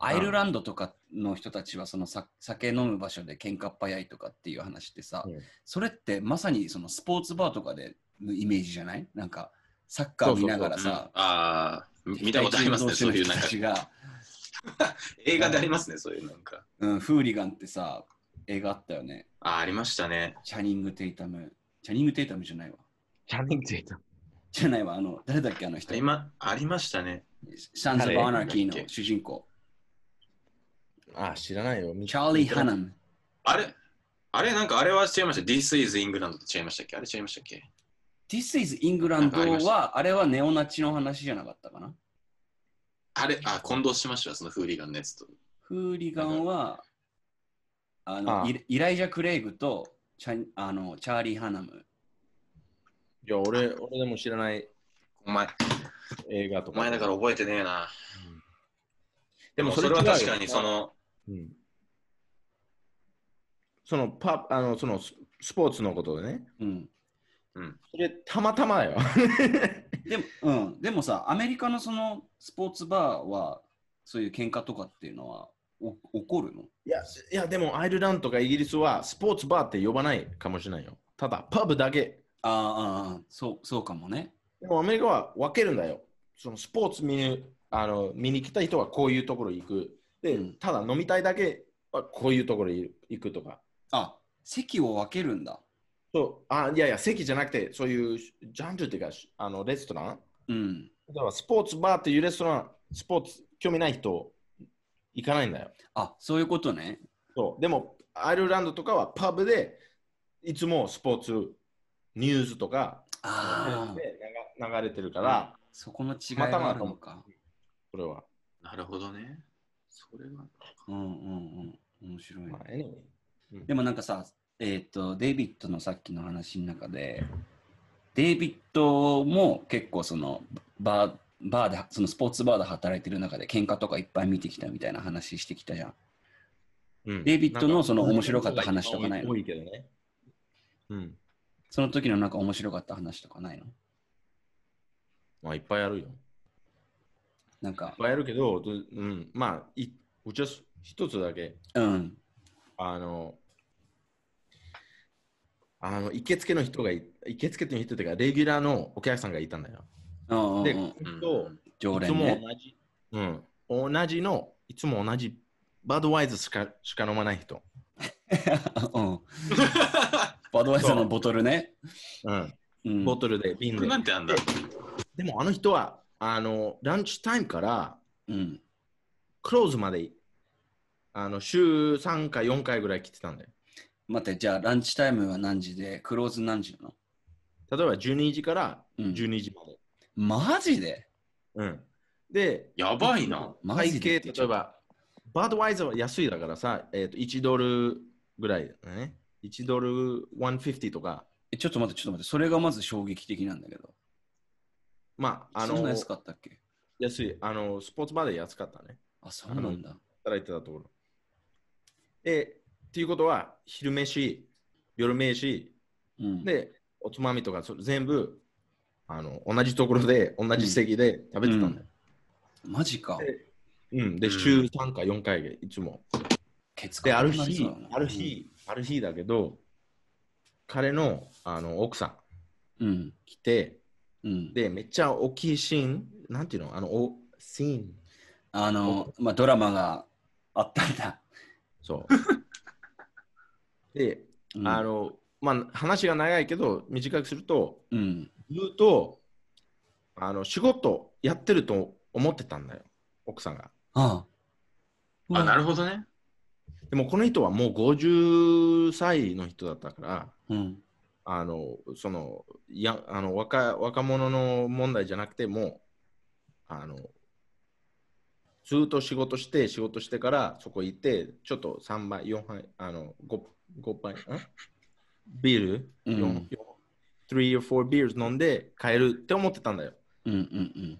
Speaker 2: アイルランドとかの人たちはそのさ酒飲む場所で喧嘩っ早いとかっていう話ってさ、
Speaker 3: うん
Speaker 2: それってまさにそのスポーツバーとかでのイメージじゃないなんかサッカー見ながら
Speaker 4: うん
Speaker 2: さ
Speaker 4: あ、あ、見たことありますね、
Speaker 2: 敵対チーム同士
Speaker 4: そうい
Speaker 2: の
Speaker 4: う
Speaker 2: 人
Speaker 4: なん
Speaker 2: た
Speaker 4: か。
Speaker 2: ちが、
Speaker 4: 映画でありますね、そういうなんか。
Speaker 2: うん、フーリガンってさ、映画あったよね。
Speaker 4: ああ、ありましたね。
Speaker 2: チャニング・テイタム。チャニング・テイタムじゃないわ。
Speaker 3: チャンネルついた。
Speaker 2: じゃないわ、あの、誰だっけ、あの人。
Speaker 4: 今、ありましたね。
Speaker 2: シャンズ・バーナーキー
Speaker 4: 誰
Speaker 2: の主人公。
Speaker 3: あ、知らないよ。
Speaker 2: チャーリー・ハナン。
Speaker 4: あれあれなんかあれは違いました。This is England って違いましたっけあれ違いましたっけ
Speaker 2: This is England
Speaker 4: なんかありまし
Speaker 2: は、あれはネオナチの話じゃなかったかな。
Speaker 4: あれ、あ、混同しました、そのフーリガンのやつと。
Speaker 2: フーリガンは、あの
Speaker 3: ああ
Speaker 2: イイライジャ・クレイグとチャあのチャーリー・ハナム。
Speaker 3: いや、俺、俺でも知らない
Speaker 4: お前、
Speaker 3: 映画と
Speaker 4: お
Speaker 3: か。
Speaker 4: 前だから覚えてねえな。
Speaker 3: うん
Speaker 4: でもそれは確かにその、
Speaker 3: うんそのパあのそのススポーツのことでね。
Speaker 2: うん。
Speaker 3: それたまたまだよ。
Speaker 2: でも、うん。でもさ、アメリカのそのスポーツバーは、そういう喧嘩とかっていうのは、お起こるの
Speaker 3: いや、いやでもアイルランドとかイギリスはスポーツバーって呼ばないかもしれないよ。ただ、パブだけ。
Speaker 2: ああああ、そう、そうかもね。
Speaker 3: でもアメリカは分けるんだよ。そのスポーツ見にあの見に来たい人はこういうところ行く。で、
Speaker 2: うん
Speaker 3: ただ飲みたいだけはこういうところ行くとか。
Speaker 2: あ、席を分けるんだ。
Speaker 3: そうあいやいや、席じゃなくて、そういうジャンルっていうか、あのレストラン
Speaker 2: うん。
Speaker 3: だからスポーツバーっていうレストラン、スポーツ興味ない人行かないんだよ。
Speaker 2: あ、そういうことね。
Speaker 3: そうでも、アイルランドとかはパブでいつもスポーツニュースとか
Speaker 2: ああ、
Speaker 3: で流流れてるから、
Speaker 2: そこの違いがあるのか。
Speaker 3: これは。
Speaker 4: なるほどね。それは。
Speaker 2: うんうんうん。面白い
Speaker 3: ま
Speaker 2: な
Speaker 3: あ。anyway
Speaker 2: でもなんかさ、えっ、と、デイビッドのさっきの話の中で、デイビッドも結構そのバー、バーで、そのスポーツバーで働いてる中で喧嘩とかいっぱい見てきたみたいな話してきたじゃん。
Speaker 3: うん
Speaker 2: デイビッドのその面白かった話とかないの
Speaker 3: 多いけどね。うん。
Speaker 2: その時のなんか面白かった話とかないの
Speaker 3: まあ、いっぱいあるよ。いっ
Speaker 2: なんか、
Speaker 3: ぱいあるけど、どうん、まあ、いうちは一つだけ、
Speaker 2: うん。
Speaker 3: あの、あの、行きつけの人がい、行きつけの人っていうか、レギュラーのお客さんがいたんだよ。
Speaker 2: うんうんう
Speaker 3: で、
Speaker 2: ん、
Speaker 4: うん
Speaker 3: と、
Speaker 2: 常
Speaker 3: いつ
Speaker 2: 連
Speaker 3: も
Speaker 2: ね。
Speaker 3: 同じ、うん、同じの、いつも同じ、バドワイズしかしか飲まない人。
Speaker 2: うん。バドワイザーのボトルね。
Speaker 3: うん、
Speaker 2: うん、
Speaker 3: ボトルで、瓶
Speaker 4: こ
Speaker 3: で
Speaker 4: れ。なんてあんだ
Speaker 3: でも、あの人は、あの、ランチタイムから、
Speaker 2: うん。
Speaker 3: クローズまであの週3回4回ぐらい来てたんだよ。
Speaker 2: 待って、じゃあランチタイムは何時で、クローズ何時なの
Speaker 3: 例えば12時から
Speaker 2: うん
Speaker 3: 12時まで。
Speaker 2: マジで
Speaker 3: うんで、
Speaker 4: やばいな。
Speaker 2: マジで
Speaker 3: 会計例えば、バードワイザーは安いだからさ、えー、と1ドルぐらいだね。1ドル150とか
Speaker 2: え、ちょっと待って、ちょっと待って。それがまず衝撃的なんだけど。
Speaker 3: まあ、あ
Speaker 2: そん
Speaker 3: の
Speaker 2: な、安かったっけ
Speaker 3: 安い、あの、スポーツバーで安かったね。
Speaker 2: あ、そうなんだ。
Speaker 3: 働いてたところ。で、っていうことは、昼飯、夜飯、
Speaker 2: うん。
Speaker 3: で、おつまみとか、それ全部、あの、同じところで、同じ席で食べてたんだよ。
Speaker 2: マジか。
Speaker 3: でうん、で、
Speaker 4: うん
Speaker 3: 週3か4回で、いつも。
Speaker 2: ケツ
Speaker 3: で、
Speaker 2: か
Speaker 3: ある
Speaker 2: なりそ
Speaker 3: 日
Speaker 2: うだな、
Speaker 3: ある。日、ある日だけど、彼のあの奥さん
Speaker 2: うん。
Speaker 3: 来て、
Speaker 2: うん。
Speaker 3: で、めっちゃ大きいシーン、なんていうのあの、おシーン。
Speaker 2: あの、まあ、ドラマがあったんだ。
Speaker 3: そう。で、
Speaker 2: うん
Speaker 3: あの、まあ、話が長いけど、短くすると、
Speaker 2: うん。
Speaker 3: 言うと、あの、仕事やってると思ってたんだよ、奥さんが。
Speaker 2: ああ。
Speaker 4: あ、なる
Speaker 2: ほ
Speaker 4: ほどね。
Speaker 3: でも、この人はもう50歳の人だったから、
Speaker 2: ど。うん。
Speaker 3: あの、その、いや、あの、若若者の問題じゃなくて、もう、あの、ずっと仕事して、仕事してから、そこ行って、ちょっと3杯、4杯、あの、5, 5杯、んビール、
Speaker 2: うん
Speaker 3: 4 3 or 4ビール飲んで帰るって思ってたんだよ、
Speaker 2: うんうん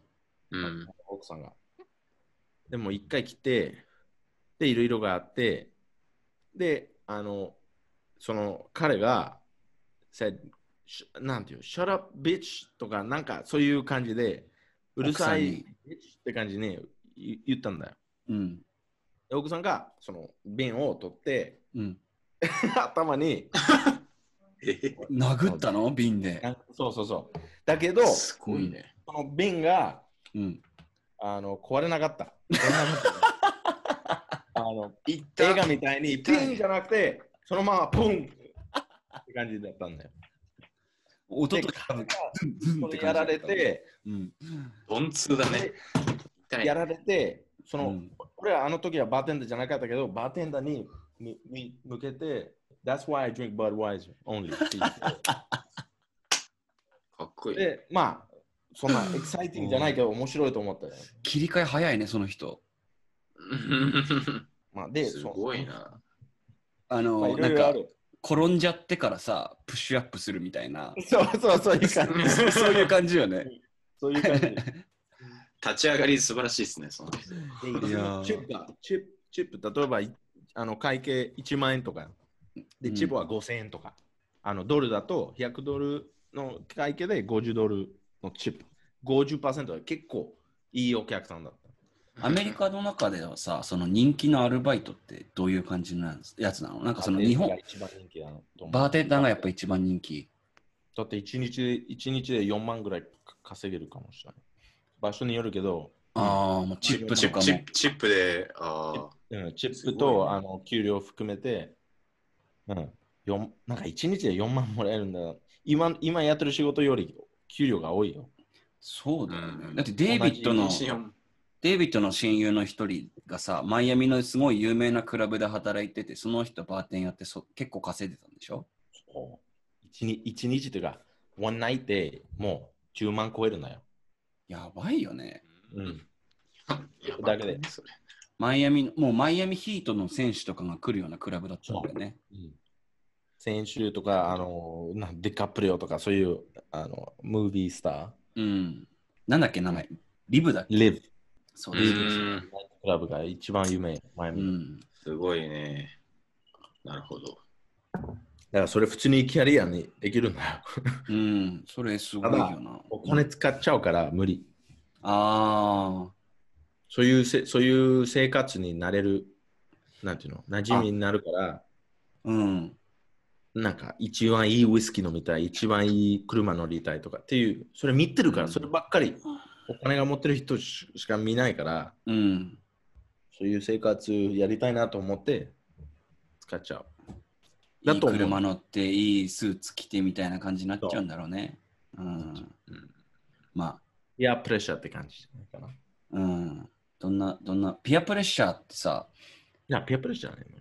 Speaker 4: うん。
Speaker 3: 奥さんが。でも、1回来て、で、いろいろがあって、で、あの、その、彼が、said, sh- なんていう、shut up, bitch とか、なんかそういう感じで、うるさ
Speaker 2: 奥
Speaker 3: い
Speaker 2: さ
Speaker 3: bitch って感じに言言ったんだよ。
Speaker 2: うん。うん。
Speaker 3: で奥さんがその瓶を取って、
Speaker 2: うん。
Speaker 3: 頭に、
Speaker 4: え
Speaker 2: 殴ったの瓶で。
Speaker 3: あそうそうそう。だけど、そ
Speaker 4: すごいね。
Speaker 3: の瓶が
Speaker 2: うん。
Speaker 3: あの壊れなかった。壊れなかった あの
Speaker 4: いった
Speaker 3: 映画みたいに、ピ
Speaker 4: 痛い
Speaker 3: ンじゃなくて、そのままポンって感じだったんだよ。
Speaker 2: 音
Speaker 3: で
Speaker 2: とか、ズンズン
Speaker 3: そ
Speaker 2: っ
Speaker 3: れ
Speaker 2: て
Speaker 3: や
Speaker 2: 感じだっ
Speaker 3: ら
Speaker 2: た
Speaker 3: れて、
Speaker 2: うん。
Speaker 4: 鈍痛だね。痛い。
Speaker 3: やられて、その、
Speaker 2: うん
Speaker 3: 俺はあの時はバーテンダーじゃなかったけど、バーテンダーにみみ向けて、That's why I drink Budweiser only って言って。
Speaker 4: かっこいい。
Speaker 3: で、まあ、そんなエキサイティングじゃないけど、面白いと思ったよ。
Speaker 2: 切り替え早いね、その人。
Speaker 3: まあ、 で、
Speaker 4: すごい な。
Speaker 2: あ
Speaker 3: そ
Speaker 2: の、
Speaker 3: う。まあ、いろ
Speaker 2: ないん
Speaker 3: ろ
Speaker 2: か、
Speaker 3: ある。。
Speaker 2: 転んじゃってからさ、プッシュアップするみたいな
Speaker 3: そうそう、そういう感じ。
Speaker 2: そういう感じよね。
Speaker 3: そういう感じ。
Speaker 4: 立ち上がり素晴らしいですね、その人。
Speaker 2: いやー
Speaker 3: チップが、チップ、チップ、例えばいあの会計1万円とか、で、
Speaker 2: うん
Speaker 3: チップは5000円とか、あのドルだと100ドルの会計で50ドルのチップ、50%は結構いいお客さんだった。
Speaker 2: アメリカの中ではさ、その人気のアルバイトってどういう感じのやつなのなんかその日本
Speaker 3: バー、テンダーが一番人気だと思う
Speaker 2: バーテンダーがやっぱ一番人気。
Speaker 3: だって1日で一日で4万ぐらいか稼げるかもしれない。場所によるけど、
Speaker 2: ああ、もうチップ
Speaker 4: チ
Speaker 2: と
Speaker 4: ッ
Speaker 2: か
Speaker 4: プチ
Speaker 2: も
Speaker 4: ッ。プチップで、あ
Speaker 3: うん、チッ
Speaker 4: すごい
Speaker 3: プ
Speaker 4: ね
Speaker 3: と、あの給料含めて、うん、四なんか1日で4万もらえるんだ今。今やってる仕事より給料が多いよ。
Speaker 2: そうだよね。
Speaker 4: うん
Speaker 2: だってデイビッド
Speaker 4: あ
Speaker 2: の、
Speaker 4: シオン
Speaker 2: デイビッドの親友の一人がさ、マイアミのすごい有名なクラブで働いてて、その人バーテンやってそ結構稼いでたんでしょ
Speaker 3: 1日一日というか、ワンナイトでもう10万超えるんだよ。
Speaker 2: やばいよね。
Speaker 3: うん。
Speaker 4: やば
Speaker 3: だ
Speaker 4: い
Speaker 3: けで
Speaker 4: それ
Speaker 2: マイアミの、もうマイアミヒートの選手とかが来るようなクラブだったんだよね。
Speaker 3: 先週とか、あのなんデカプリオとか、そういうあのムービースタ
Speaker 2: う
Speaker 3: ー、
Speaker 2: ん。なんだっけ、名前。リブだっけ
Speaker 3: リブ
Speaker 2: そうう、リブ。
Speaker 4: ーん。
Speaker 3: クラブが一番有名。前
Speaker 2: う
Speaker 3: も
Speaker 2: ん。
Speaker 4: すごいね。なるほど。
Speaker 3: だからそれ普通にキャリアにできるんだよ。
Speaker 2: うん。それすごいよな。
Speaker 3: お金使っちゃうから無理。
Speaker 2: ああ。
Speaker 3: そういうせそういう生活になれる、なんていうの、馴染みになるから、
Speaker 2: うん。
Speaker 3: なんか一番いいウイスキー飲みたい、一番いい車乗りたいとかっていう、それ見てるから、
Speaker 4: うん
Speaker 3: そればっかりお金が持ってる人ししか見ないから、
Speaker 2: うん。
Speaker 3: そういう生活やりたいなと思って使っちゃう。だ
Speaker 2: いい
Speaker 3: と思う
Speaker 2: 車乗って、いいスーツ着てみたいな感じになっちゃうんだろうね。うん。ま
Speaker 3: いや、プレッシャーって感じじゃないかな。い
Speaker 2: あ、うん。どんな、どんな、ピアプレッシャーってさ、
Speaker 3: や、ピアプレッシャーじゃない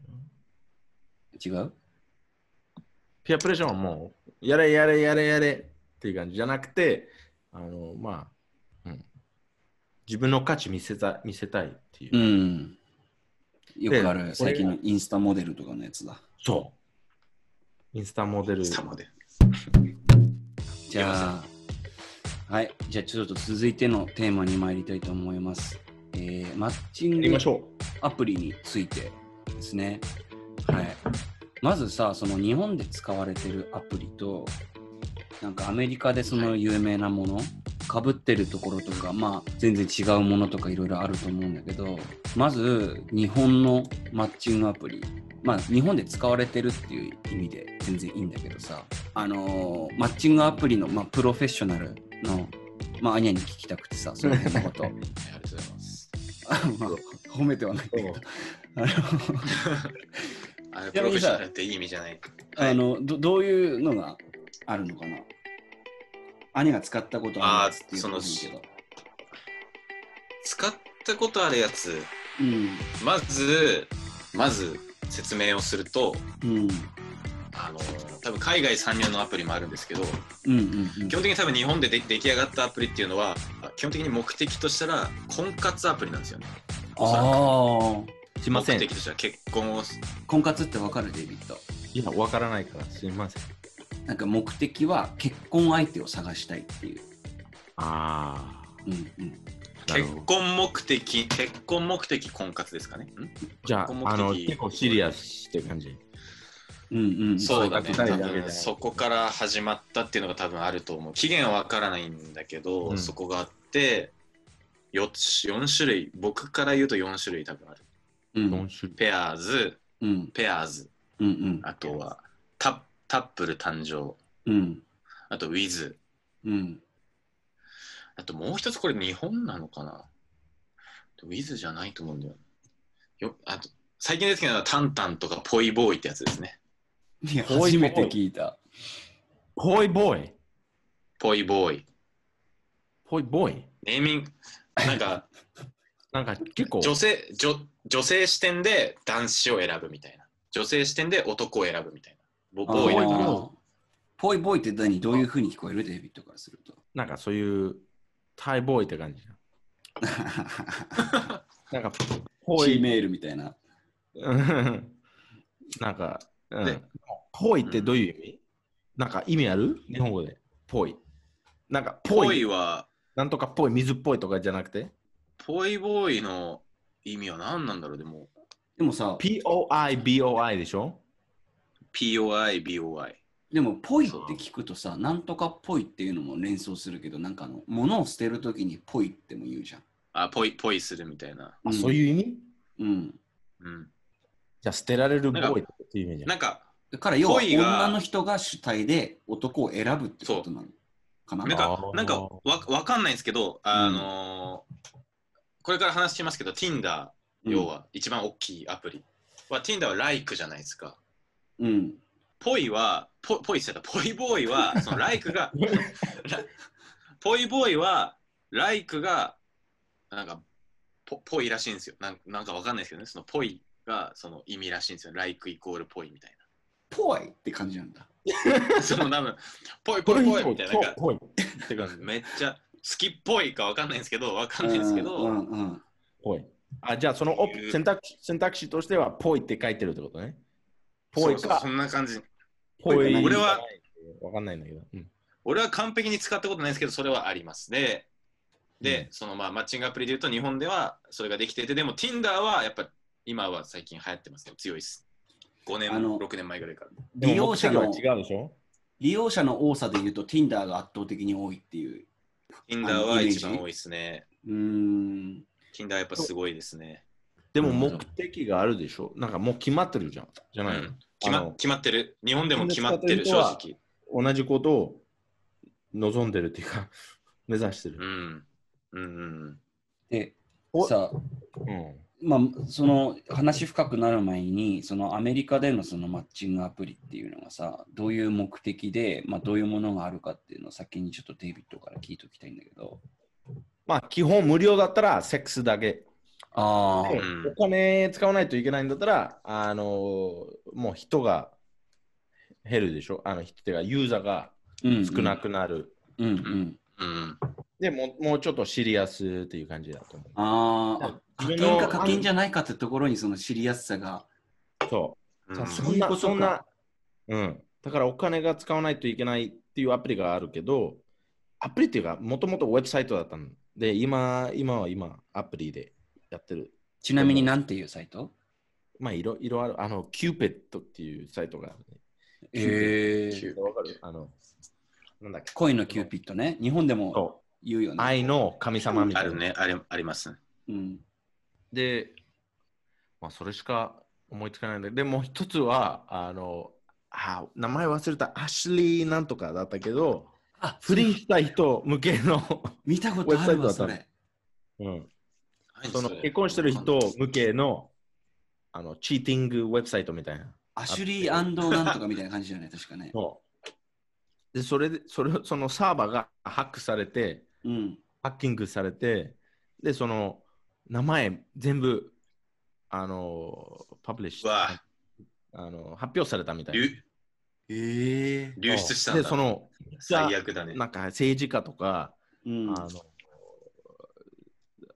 Speaker 3: の
Speaker 2: 違
Speaker 3: よ
Speaker 2: う
Speaker 3: ピアプレッシャーはもう、やれやれやれやれっていう感じじゃなくて、あの、まあ、うん、自分の価値見せた見せたいっていう。
Speaker 2: うん。よくある
Speaker 3: で
Speaker 2: 最近のインスタモデルとかのやつだ。
Speaker 3: そう。インスタモデル。
Speaker 4: スタモで。
Speaker 2: じゃあ、はい。じゃあ、ちょっと続いてのテーマに参りたいと思います。えーマッチン
Speaker 3: やり
Speaker 2: グ
Speaker 3: ましょ
Speaker 2: アプリについてですね。はい。まずさ、その日本で使われてるアプリと、なんかアメリカでその有名なもの、かぶってるところとか、まあ全然違うものとかいろいろあると思うんだけど、まず日本のマッチングアプリ、まあ日本で使われてるっていう意味で全然いいんだけどさ、あのーマッチングアプリの、まあ、プロフェッショナルの、まあアニャに聞きたくてさ、その辺のこと。
Speaker 4: ありがとうございます。
Speaker 2: あまあ褒めてはないんだけど
Speaker 3: う。
Speaker 2: あの
Speaker 4: あの
Speaker 2: ち
Speaker 4: プ
Speaker 2: な
Speaker 4: ロ
Speaker 2: みに
Speaker 4: フェ
Speaker 2: さ
Speaker 4: ッショナルっていい意味じゃない。
Speaker 2: あのどどういうのがあるのかな兄が使ったことあるやつっていうのもいいけど。
Speaker 4: 使ったことあるやつ、
Speaker 2: うん。
Speaker 4: まず、まず説明をすると、
Speaker 2: うん。
Speaker 4: あの多分海外参入のアプリもあるんですけど、
Speaker 2: うんうんうん
Speaker 4: 基本的に多分日本でで出来上がったアプリっていうのは、基本的に目的としたら婚活アプリなんですよね。おそらく
Speaker 2: あ
Speaker 3: う。すいません。
Speaker 4: 目
Speaker 3: い
Speaker 4: 的としては結婚をす
Speaker 2: あ。婚活ってわかるデイビッド。
Speaker 3: や、わからないから、すいません。
Speaker 2: なんか目的は結婚相手を探したいっていう。
Speaker 3: あ
Speaker 2: うんうん。
Speaker 3: なるほ
Speaker 4: 結
Speaker 3: ど
Speaker 4: 婚目的、結婚目的婚活ですかね。ん
Speaker 3: ー。じゃ
Speaker 4: ここ目
Speaker 3: あ、
Speaker 4: 的
Speaker 3: あの、結構シリアスって感じ。
Speaker 2: うんうん。
Speaker 4: そうだね。
Speaker 3: そういう
Speaker 4: 多
Speaker 3: ことだよね
Speaker 4: 分そこから始まったっていうのが多分あると思う。期限はわからないんだけど、
Speaker 3: うん
Speaker 4: そこがあって、4, 4種類、僕から言うと4種類多分ある。
Speaker 2: う
Speaker 3: 4
Speaker 2: ん
Speaker 3: 種類。
Speaker 4: ペアーズ、
Speaker 2: うん
Speaker 4: ペアーズ、
Speaker 2: うんうん
Speaker 4: あとはタッタップル誕生、
Speaker 2: うん
Speaker 4: あとウィズ、
Speaker 2: うん。
Speaker 4: あともう一つこれ日本なのかなウィズじゃないと思うんだよ。よあと最近ですけど、タンタンとかポイボーイってやつですね。
Speaker 2: いや、
Speaker 3: こうい
Speaker 2: 初
Speaker 3: う
Speaker 2: めて聞いた。
Speaker 3: ポイボーイ。
Speaker 4: ポイボーイ。
Speaker 3: ポイボーイ。
Speaker 4: ネーミング、なんか
Speaker 3: なんか結構、
Speaker 4: 女性女、女性視点で男子を選ぶみたいな。女性視点で男を選ぶみたいな。ボボーイだか
Speaker 2: あ
Speaker 4: ら。
Speaker 2: ーぽいボーイって何どういうふうに聞こえるデイビッドからすると。
Speaker 3: なんかそういう、タイボーイって感じ。なんか、ポ
Speaker 2: C
Speaker 3: イ。
Speaker 2: メールみたいな。
Speaker 3: うんなんか、うん
Speaker 4: で
Speaker 3: ぽいってどういう意味、なんか意味ある日本語で。ぽい。なんかぽい。
Speaker 4: ポイは、
Speaker 3: なんとかぽい、水っぽいとかじゃなくて。
Speaker 4: ポイボーイの意味は何なんだろうでも、
Speaker 2: でもさ、
Speaker 3: POIBOI でしょ
Speaker 4: POI、BOI。
Speaker 2: でも、ぽいって聞くとさ、なんとかっぽいっていうのも連想するけど、なんかあの、物を捨てるときにぽいっても言うじゃん。
Speaker 4: あ、ポイ、ポイするみたいな。
Speaker 3: あ、そういう意味
Speaker 2: うん。
Speaker 4: うん。
Speaker 3: じゃあ捨てられるぽ
Speaker 4: なんか
Speaker 3: いっていう意味じゃん。
Speaker 4: なんか、
Speaker 2: だから、要は
Speaker 4: ぽいが
Speaker 2: 女の人が主体で男を選ぶってことなのかな
Speaker 4: なん
Speaker 3: あ
Speaker 4: か
Speaker 3: ー、
Speaker 4: なんかわわかんないんですけど、あのーこれから話しますけど、Tinder、
Speaker 2: うん
Speaker 4: 要は一番大きいアプリは、Tinder は Like じゃないですか。
Speaker 2: うん。
Speaker 4: ポイは、ポポイって言ってた、ポイボーイは、その Like が、 らポイボーイは、Like が、なんか、ぽぽいらしいんですよ。なんなんかわかんないですけどね、そのポイがその意味らしいんですよ。Like イコールポイみたい
Speaker 2: ぽいって感じなんだ。
Speaker 4: な。その多分、ポイポイポイみたいな。なんか
Speaker 3: ぽい。って感じ。
Speaker 4: めっちゃ好きっぽいかわかんないんですけど、わかんないですけど、
Speaker 2: うんうん。
Speaker 3: ぽい。あ、じゃあそのオプ選択肢選択肢としてはぽいって書いてるってことね。ぽい
Speaker 4: そうそうそ
Speaker 3: か。
Speaker 4: んな感じ。
Speaker 3: ぽい。
Speaker 4: 俺は。
Speaker 3: わかんないんだけど。うん
Speaker 4: 俺は完璧に使ったことないですけど、それはあります。で、で、
Speaker 3: うん
Speaker 4: そのまあマッチングアプリで言うと、日本ではそれができていて、でも Tinder はやっぱ今は最近流行ってますね。強いです。5年、
Speaker 2: あの
Speaker 4: 6年前ぐらいから。
Speaker 3: でも
Speaker 2: 利用者の
Speaker 3: 目的は違うでしょ
Speaker 2: 利用者の多さで言うと、Tinder が圧倒的に多いっていう。
Speaker 4: Tinder
Speaker 2: あの
Speaker 4: は
Speaker 2: イメージ
Speaker 4: 一番多いですね。
Speaker 2: うーん。
Speaker 4: Tinder はやっぱすごいですね。
Speaker 3: でも目的があるでしょなんかもう決まってるじゃん。じゃ
Speaker 4: う
Speaker 3: ないの
Speaker 4: ん決
Speaker 3: あ
Speaker 4: ま
Speaker 3: の
Speaker 4: 決まってる。日本でも決まってる、
Speaker 3: 日
Speaker 4: 正
Speaker 3: 本で使って
Speaker 4: 直。
Speaker 3: 同じことを望んでるっていうか、 目指して
Speaker 4: う
Speaker 3: る。
Speaker 4: ん。うんうん。
Speaker 2: で
Speaker 3: お、
Speaker 2: さあ、
Speaker 3: うん。
Speaker 2: まあ、その話深くなる前にそのアメリカでのそのマッチングアプリっていうのがさどういう目的で、まあ、どういうものがあるかっていうのを先にちょっとデイビッドから聞いておきたいんだけど
Speaker 3: まあ、基本無料だったらセックスだけ。
Speaker 2: あ
Speaker 3: で
Speaker 4: うん
Speaker 3: お金使わないといけないんだったら、あのーもう人が減るでしょあの人っていうか、ユーザーが
Speaker 2: うん
Speaker 3: 少なくなる。
Speaker 2: うんうん
Speaker 4: うん。
Speaker 3: でもう、もうちょっとシリアスっていう感じだと思う。
Speaker 2: あーあ課
Speaker 3: 自分
Speaker 2: 金
Speaker 3: の
Speaker 2: か課金じゃないかってところにその知りやすさが
Speaker 3: そうう。
Speaker 4: ん
Speaker 3: さ
Speaker 2: す
Speaker 3: そ
Speaker 2: ごい
Speaker 3: ん
Speaker 2: こと
Speaker 3: な、
Speaker 2: か
Speaker 3: そんな、うん。だからお金が使わないといけないっていうアプリがあるけど、アプリっていうか、もともとウェブサイトだったので、今、今は今、アプリでやってる。
Speaker 2: ちなみになんていうサイト
Speaker 3: まあ、いろいろある。あの、キューペットっていうサイトがある、ね。
Speaker 2: え
Speaker 4: キュー
Speaker 2: ー、
Speaker 4: ピッ
Speaker 3: わかるあの、なんだっけ。
Speaker 2: 恋のキューピットね。日本でも
Speaker 3: そ
Speaker 2: 言うよ
Speaker 3: う
Speaker 2: ね。
Speaker 3: 愛の神様み
Speaker 4: あ
Speaker 3: たい
Speaker 4: る
Speaker 3: な。
Speaker 4: ね、あれありますね。
Speaker 2: うん、
Speaker 3: で、まあ、それしか思いつかないんだけど、でもう一つは、あの、あ名前忘れた、アシュリーなんとかだったけど、
Speaker 2: あ、
Speaker 3: 不倫した人向けの、
Speaker 2: 見たことある
Speaker 3: ウェ
Speaker 2: わ、
Speaker 3: ブサ
Speaker 2: そ
Speaker 3: イトだ
Speaker 2: れ。
Speaker 3: うん、
Speaker 4: 何
Speaker 3: その
Speaker 4: れ
Speaker 3: 結婚してる人向けの、あの、チーティングウェブサイトみたいな。
Speaker 2: アシュリーなんとかみたいな感じだよね、確かね。
Speaker 3: そうで、それで、それを、そのサーバーがハックされて、
Speaker 2: うん。
Speaker 3: ハッキングされて、で、その、名前全部、あの、パブリッシ
Speaker 4: う
Speaker 3: ュ
Speaker 4: わ、
Speaker 3: あの、発表されたみたいな。
Speaker 4: 流
Speaker 2: ええ
Speaker 4: 流出したん
Speaker 3: で、
Speaker 4: だ
Speaker 3: そ。の、
Speaker 4: 最悪だね。
Speaker 3: なんか政治家とか、
Speaker 2: うん。
Speaker 3: あの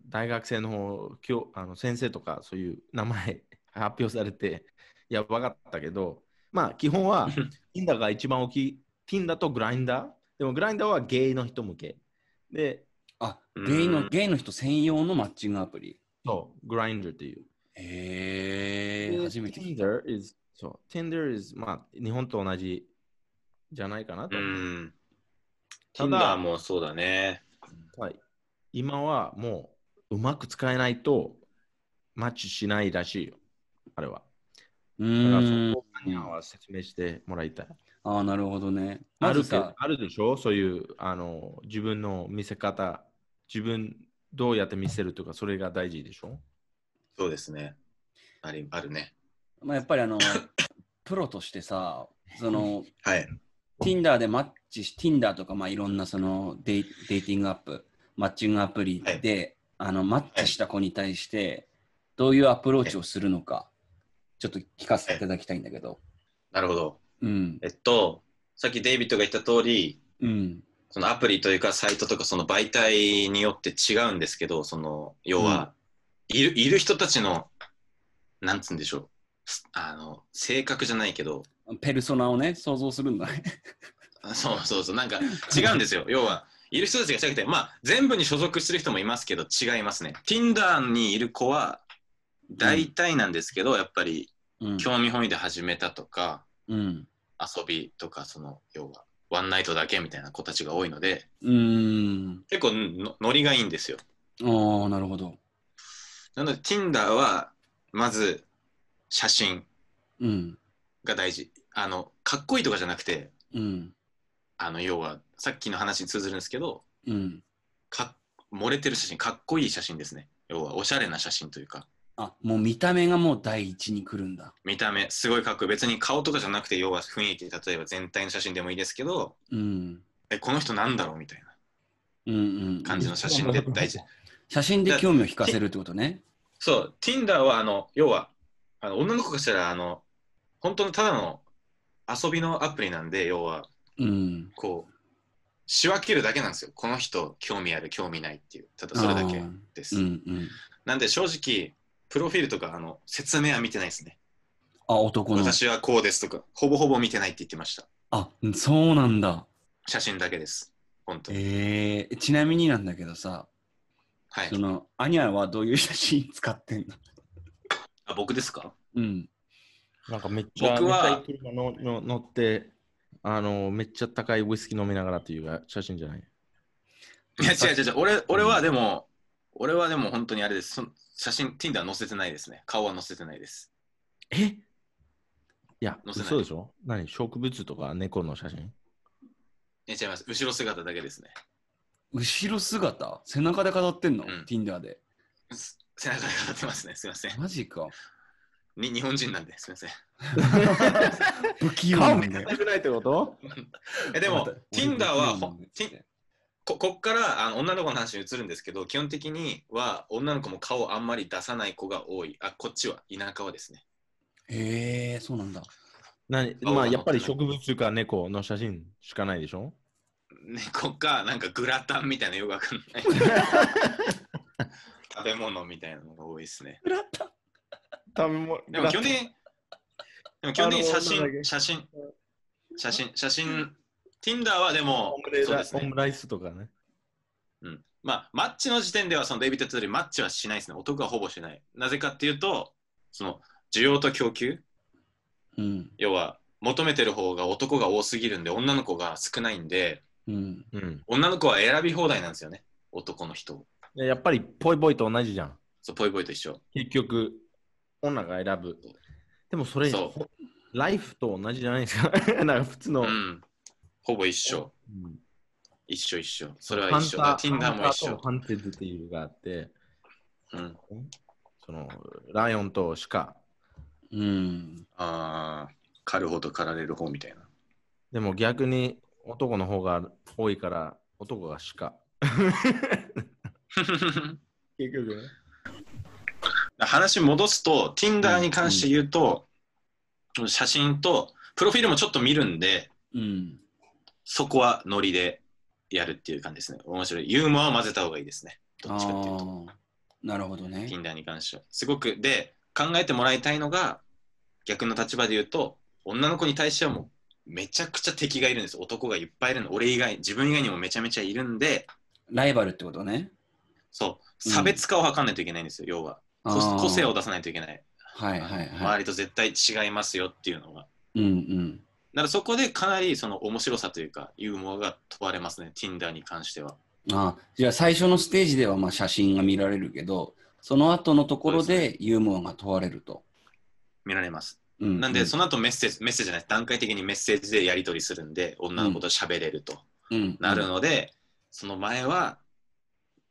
Speaker 3: 大学生の方教あの先生とか、そういう名前 発表されて、いや、分かったけど、まあ、基本 は Tinder が一番大きい、Tinder と Grindr、でも Grindr はゲイの人向け。で、
Speaker 2: あ、
Speaker 4: うん
Speaker 2: ゲイの、ゲイの人専用のマッチングアプリ。
Speaker 3: そう、Grindr っていう。
Speaker 2: へえ
Speaker 3: で
Speaker 2: 初めて聞いた。
Speaker 3: Tinder is, そう、Tinder is、まあ、日本と同じじゃないかなと
Speaker 4: う
Speaker 3: 思う。
Speaker 4: ん。
Speaker 3: た
Speaker 4: Tinder
Speaker 3: だ
Speaker 4: もそうだね。
Speaker 3: はい、今はもううまく使えないとマッチしないらしいよ、あれは。
Speaker 2: う
Speaker 3: だから
Speaker 2: ーん
Speaker 3: そ。こには説明してもらいたい。
Speaker 2: ああ、なるほどね。
Speaker 3: あ
Speaker 2: まず
Speaker 3: るけ
Speaker 2: さ、
Speaker 3: あるでしょそういうあの自分の見せ方、自分どうやって見せるとか、それが大事でしょ
Speaker 4: そうですね。ありあるね。
Speaker 2: まあ、やっぱりあ の、プロとしてさ、その、
Speaker 4: はい。
Speaker 2: Tinder でマッチし、Tinder とか、まあ、いろんなそのデイデイティングアップ、マッチングアプリで、あのマッチした子に対して、どういうアプローチをするのか、ちょっと聞かせていただきたいんだけど。
Speaker 4: なるほど。
Speaker 2: うん。
Speaker 4: えっと、さっきデイビッドが言った通り、
Speaker 2: うん。
Speaker 4: そのアプリというかサイトとかその媒体によって違うんですけど、その要は、いるいる人たちの、なんつうんでしょう、すあの性格じゃないけど、
Speaker 2: ペルソナをね、想像するんだね。
Speaker 4: あ そうそうそう、なんか違うんですよ。要は、いる人たちが違くて、まあ、全部に所属してる人もいますけど、違いますね。Tinder にいる子は、大体なんですけど、やっぱり
Speaker 2: うん。
Speaker 4: 興味本位で始めたとか、
Speaker 2: うん。
Speaker 4: 遊びとか、その、要は、ワンナイトだけみたいな子たちが多いので、
Speaker 2: うーん。
Speaker 4: 結構のノリがいいんですよ。
Speaker 2: ああ、なるほど。
Speaker 4: なので Tinder はまず写真
Speaker 2: うん。
Speaker 4: が大事あのかっこいいとかじゃなくて
Speaker 2: うん。
Speaker 4: あの要はさっきの話に通ずるんですけど
Speaker 2: うん。
Speaker 4: か漏れてる写真かっこいい写真ですね要はおしゃれな写真というか
Speaker 2: あ、もう見た目がもう第一に来るんだ。
Speaker 4: 見た目すごいかっこいい別に顔とかじゃなくて要は雰囲気例えば全体の写真でもいいですけど
Speaker 2: うん。
Speaker 4: えこの人なんだろうみたいな
Speaker 2: うんうん。
Speaker 4: 感じの写真って大事
Speaker 2: 写真で興味を引かせるってことね。
Speaker 4: そう Tinder はあの要はあの女の子がしたらあの本当のただの遊びのアプリなんで要は
Speaker 2: うん。
Speaker 4: こう仕分けるだけなんですよこの人興味ある興味ないっていうただそれだけ
Speaker 2: あー
Speaker 4: です、
Speaker 2: うんうん。
Speaker 4: なんで正直プロフィールとかあの説明は見てないですね、
Speaker 2: あ、男の。
Speaker 4: 私はこうですとかほぼほぼ見てないって言ってました
Speaker 2: あ、そうなんだ。
Speaker 4: 写真だけです本当に、
Speaker 2: えー、ちなみになんだけどさ、
Speaker 4: はい
Speaker 2: その、アニャはどういう写真使ってんの
Speaker 4: あ僕ですか
Speaker 2: うん。
Speaker 3: なんかめっちゃ
Speaker 4: 僕は
Speaker 3: めっちゃいい車のの乗ってあの、めっちゃ高いウイスキー飲みながらっていう写真じゃない。
Speaker 4: いや違う違う違う俺俺はでも、俺はでも本当にあれですその写真 Tinder は載せてないですね顔は載せてないです
Speaker 3: えいや、
Speaker 4: 載せない
Speaker 3: 嘘でしょ何植物とか猫の写真
Speaker 4: いや違います後ろ姿だけですね
Speaker 2: 後ろ姿背中で飾ってんの、
Speaker 4: うん
Speaker 2: ?Tinder で。
Speaker 4: す背中が当ってますねすいません
Speaker 2: マジ か。
Speaker 4: に日本人なんですいません
Speaker 2: 不器用な
Speaker 3: 顔
Speaker 2: ん
Speaker 3: 見
Speaker 2: だよ。
Speaker 3: たくないってこと
Speaker 4: えでも Tinder はほん Tin-
Speaker 2: て
Speaker 4: ここっからあの女の子の話に移るんですけど基本的には女の子も顔をあんまり出さない子が多いあこっちは田舎はですね
Speaker 2: へえー、そうなんだ。
Speaker 3: 何
Speaker 4: 顔
Speaker 3: まあ
Speaker 4: が
Speaker 3: やっぱり植物か猫の写真しかないでしょ
Speaker 4: 猫かなんかグラタンみたいなよくわかんない食べ物みたいなのが多いですね
Speaker 3: 多分も
Speaker 4: でも基本的にでも基本的に写
Speaker 3: あのなんだっけ
Speaker 4: 真写真写真写真 Tinder はでも
Speaker 3: オムレ、
Speaker 4: そう
Speaker 3: ラ
Speaker 4: です
Speaker 3: オ
Speaker 4: ね
Speaker 3: ム。ライスとかね。
Speaker 4: うんまあ、マッチの時点ではそのデイビッド・トゥーリーマッチはしないですね。男はほぼしない。なぜかっていうと、その需要と供給、
Speaker 2: うん。
Speaker 4: 要は求めてる方が男が多すぎるんで、女の子が少ないんで、
Speaker 2: うん。
Speaker 3: うん。
Speaker 4: 女の子は選び放題なんですよね。男の人を。
Speaker 3: やっぱり、ぽいぽいと同じじゃん。
Speaker 4: そう、ぽいぽいと一緒。
Speaker 3: 結局、女が選ぶ。でもそれ、
Speaker 4: そう
Speaker 3: ほライフと同じじゃないですか。 なんか普通の。
Speaker 4: うん。ほぼ一緒。
Speaker 3: うん
Speaker 4: 一緒一緒。それは一緒だ。
Speaker 3: ハンター
Speaker 4: Tinder も
Speaker 3: ハン
Speaker 4: 一
Speaker 3: ター
Speaker 4: 緒
Speaker 3: と。ハンテッドっていうのがあって、
Speaker 4: うん。
Speaker 3: その、ライオンと鹿。
Speaker 2: うん。
Speaker 4: ああ、狩る方と狩られる方みたいな。
Speaker 3: でも逆に男の方が多いから、男が鹿。結局ね。
Speaker 4: 話戻すと、Tinder に関して言うと、写真と、プロフィールもちょっと見るんで、
Speaker 2: うん。
Speaker 4: そこはノリでやるっていう感じですね。面白い。ユーモアを混ぜた方がいいですね。ど
Speaker 2: あ
Speaker 4: っちかっていうと。
Speaker 2: あ。なるほどね。
Speaker 4: Tinder に関しては。すごく、で、考えてもらいたいのが、逆の立場で言うと、女の子に対してはもう、めちゃくちゃ敵がいるんです。男がいっぱいいるの。俺以外、自分以外にもめちゃめちゃいるんで、
Speaker 2: ライバルってことね。
Speaker 4: そう、
Speaker 2: うん
Speaker 4: 差別化を図らないといけないんですよ、要は。
Speaker 2: あー
Speaker 4: 個個性を出さないといけない。
Speaker 2: はいはいは
Speaker 4: 周りと絶対違いますよっていうのは。
Speaker 2: い。うんうん。
Speaker 4: だからそこでかなりその面白さというかユーモアが問われますね、Tinder に関しては。
Speaker 2: あじゃあ最初のステージではまあ写真が見られるけど、その後のところ
Speaker 4: そうで
Speaker 2: でユーモアが問われると。
Speaker 4: 見られます。
Speaker 2: うん
Speaker 4: なんで、その後メッセージ、メッセージじゃない、段階的にメッセージでやり取りするんで、女の子と喋れると
Speaker 2: うん
Speaker 4: なるので、その前は、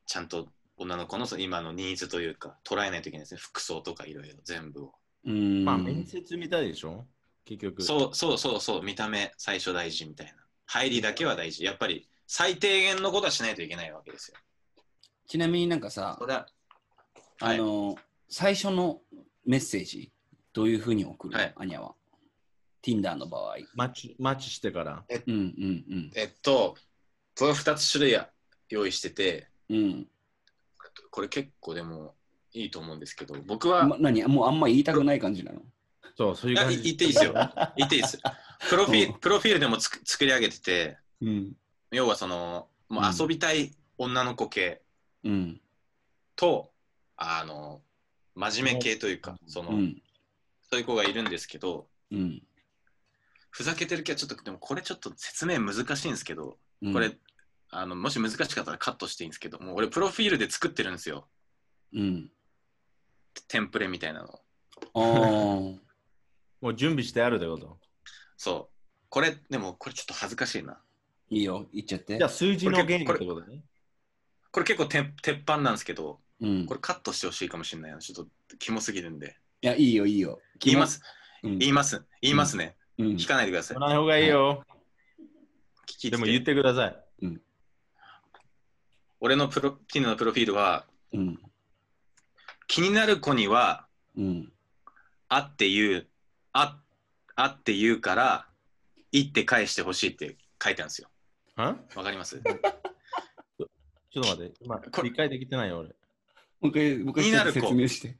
Speaker 4: ちゃんと女の子のその今のニーズというか、捉えないといけないですね、服装とかいろいろ、全部を。
Speaker 2: うん。
Speaker 3: まあ面接みたいでしょ結局。
Speaker 4: そうそうそうそう、見た目、最初大事みたいな。入りだけは大事。やっぱり最低限のことはしないといけないわけですよ。
Speaker 2: ちなみになんかさ
Speaker 4: そ、れは、は
Speaker 2: あ
Speaker 4: い、
Speaker 2: の、最初のメッセージ、どういうふうに送るの、
Speaker 4: はい
Speaker 2: アニャは。Tinder の場合。
Speaker 3: マッチ、マッチしてから。
Speaker 2: うんうん
Speaker 4: えっと、その2つ種類や用意してて、
Speaker 2: うん。うん。
Speaker 4: これ結構でもいいと思うんですけど、僕は、
Speaker 2: ま、何もうあんま言いたくない感じなの。
Speaker 3: そう、そう
Speaker 4: い
Speaker 3: いう
Speaker 4: や
Speaker 3: 感
Speaker 4: い
Speaker 3: じ。
Speaker 4: 言っていいですよ。言っていいです。プロフィ
Speaker 2: うん
Speaker 4: プロフィールでもつく作り上げてて、
Speaker 2: うん。
Speaker 4: 要はその、もう遊びたい女の子系
Speaker 2: うん。
Speaker 4: と、あの、真面目系というか、その、
Speaker 2: うん。
Speaker 4: そういう子がいるんですけど、
Speaker 2: うん。
Speaker 4: ふざけてる系はちょっと、でもこれちょっと説明難しいんですけど、
Speaker 2: うん
Speaker 4: これ、、あのもし難しかったらカットしていいんですけど、もう俺、プロフィールで作ってるんですよ。
Speaker 2: うん。
Speaker 4: テンプレみたいなのを。
Speaker 2: あー
Speaker 3: もう準備してあるってこと。
Speaker 4: そう。これ、でも、これちょっと恥ずかしいな。
Speaker 2: いいよ、言っちゃって
Speaker 3: じゃあ。数字
Speaker 4: これ
Speaker 3: のゲーム
Speaker 4: これ
Speaker 3: ってことね。
Speaker 4: これ結構てん鉄板なんですけど、
Speaker 2: うん、い
Speaker 4: これカットしてほしいかもしれないな。ちょっと、キモすぎるんで。
Speaker 2: や、いいよ、いいよ。
Speaker 4: 言います、
Speaker 2: うん。
Speaker 4: 言います、言いますね。
Speaker 2: うん
Speaker 4: 聞かないでください
Speaker 3: 言。わない方がいいよ。
Speaker 4: 聞き
Speaker 3: で
Speaker 4: で
Speaker 3: も
Speaker 4: も
Speaker 3: 言ってください。
Speaker 4: 俺のプロ、ティヌのプロフィールは、
Speaker 2: うん。
Speaker 4: 気になる子には、
Speaker 2: うん。
Speaker 4: あって言う、あ、あって言うから、いって返してほしいって書いてあるんですよ。
Speaker 3: は
Speaker 4: わかります
Speaker 3: ちょっと待って。
Speaker 4: こ
Speaker 3: 今、
Speaker 4: れ
Speaker 3: 理解できてないよ、俺。
Speaker 2: もう一回、もう
Speaker 4: 気
Speaker 2: 一
Speaker 4: になる
Speaker 2: 回
Speaker 4: 子
Speaker 2: 説明して。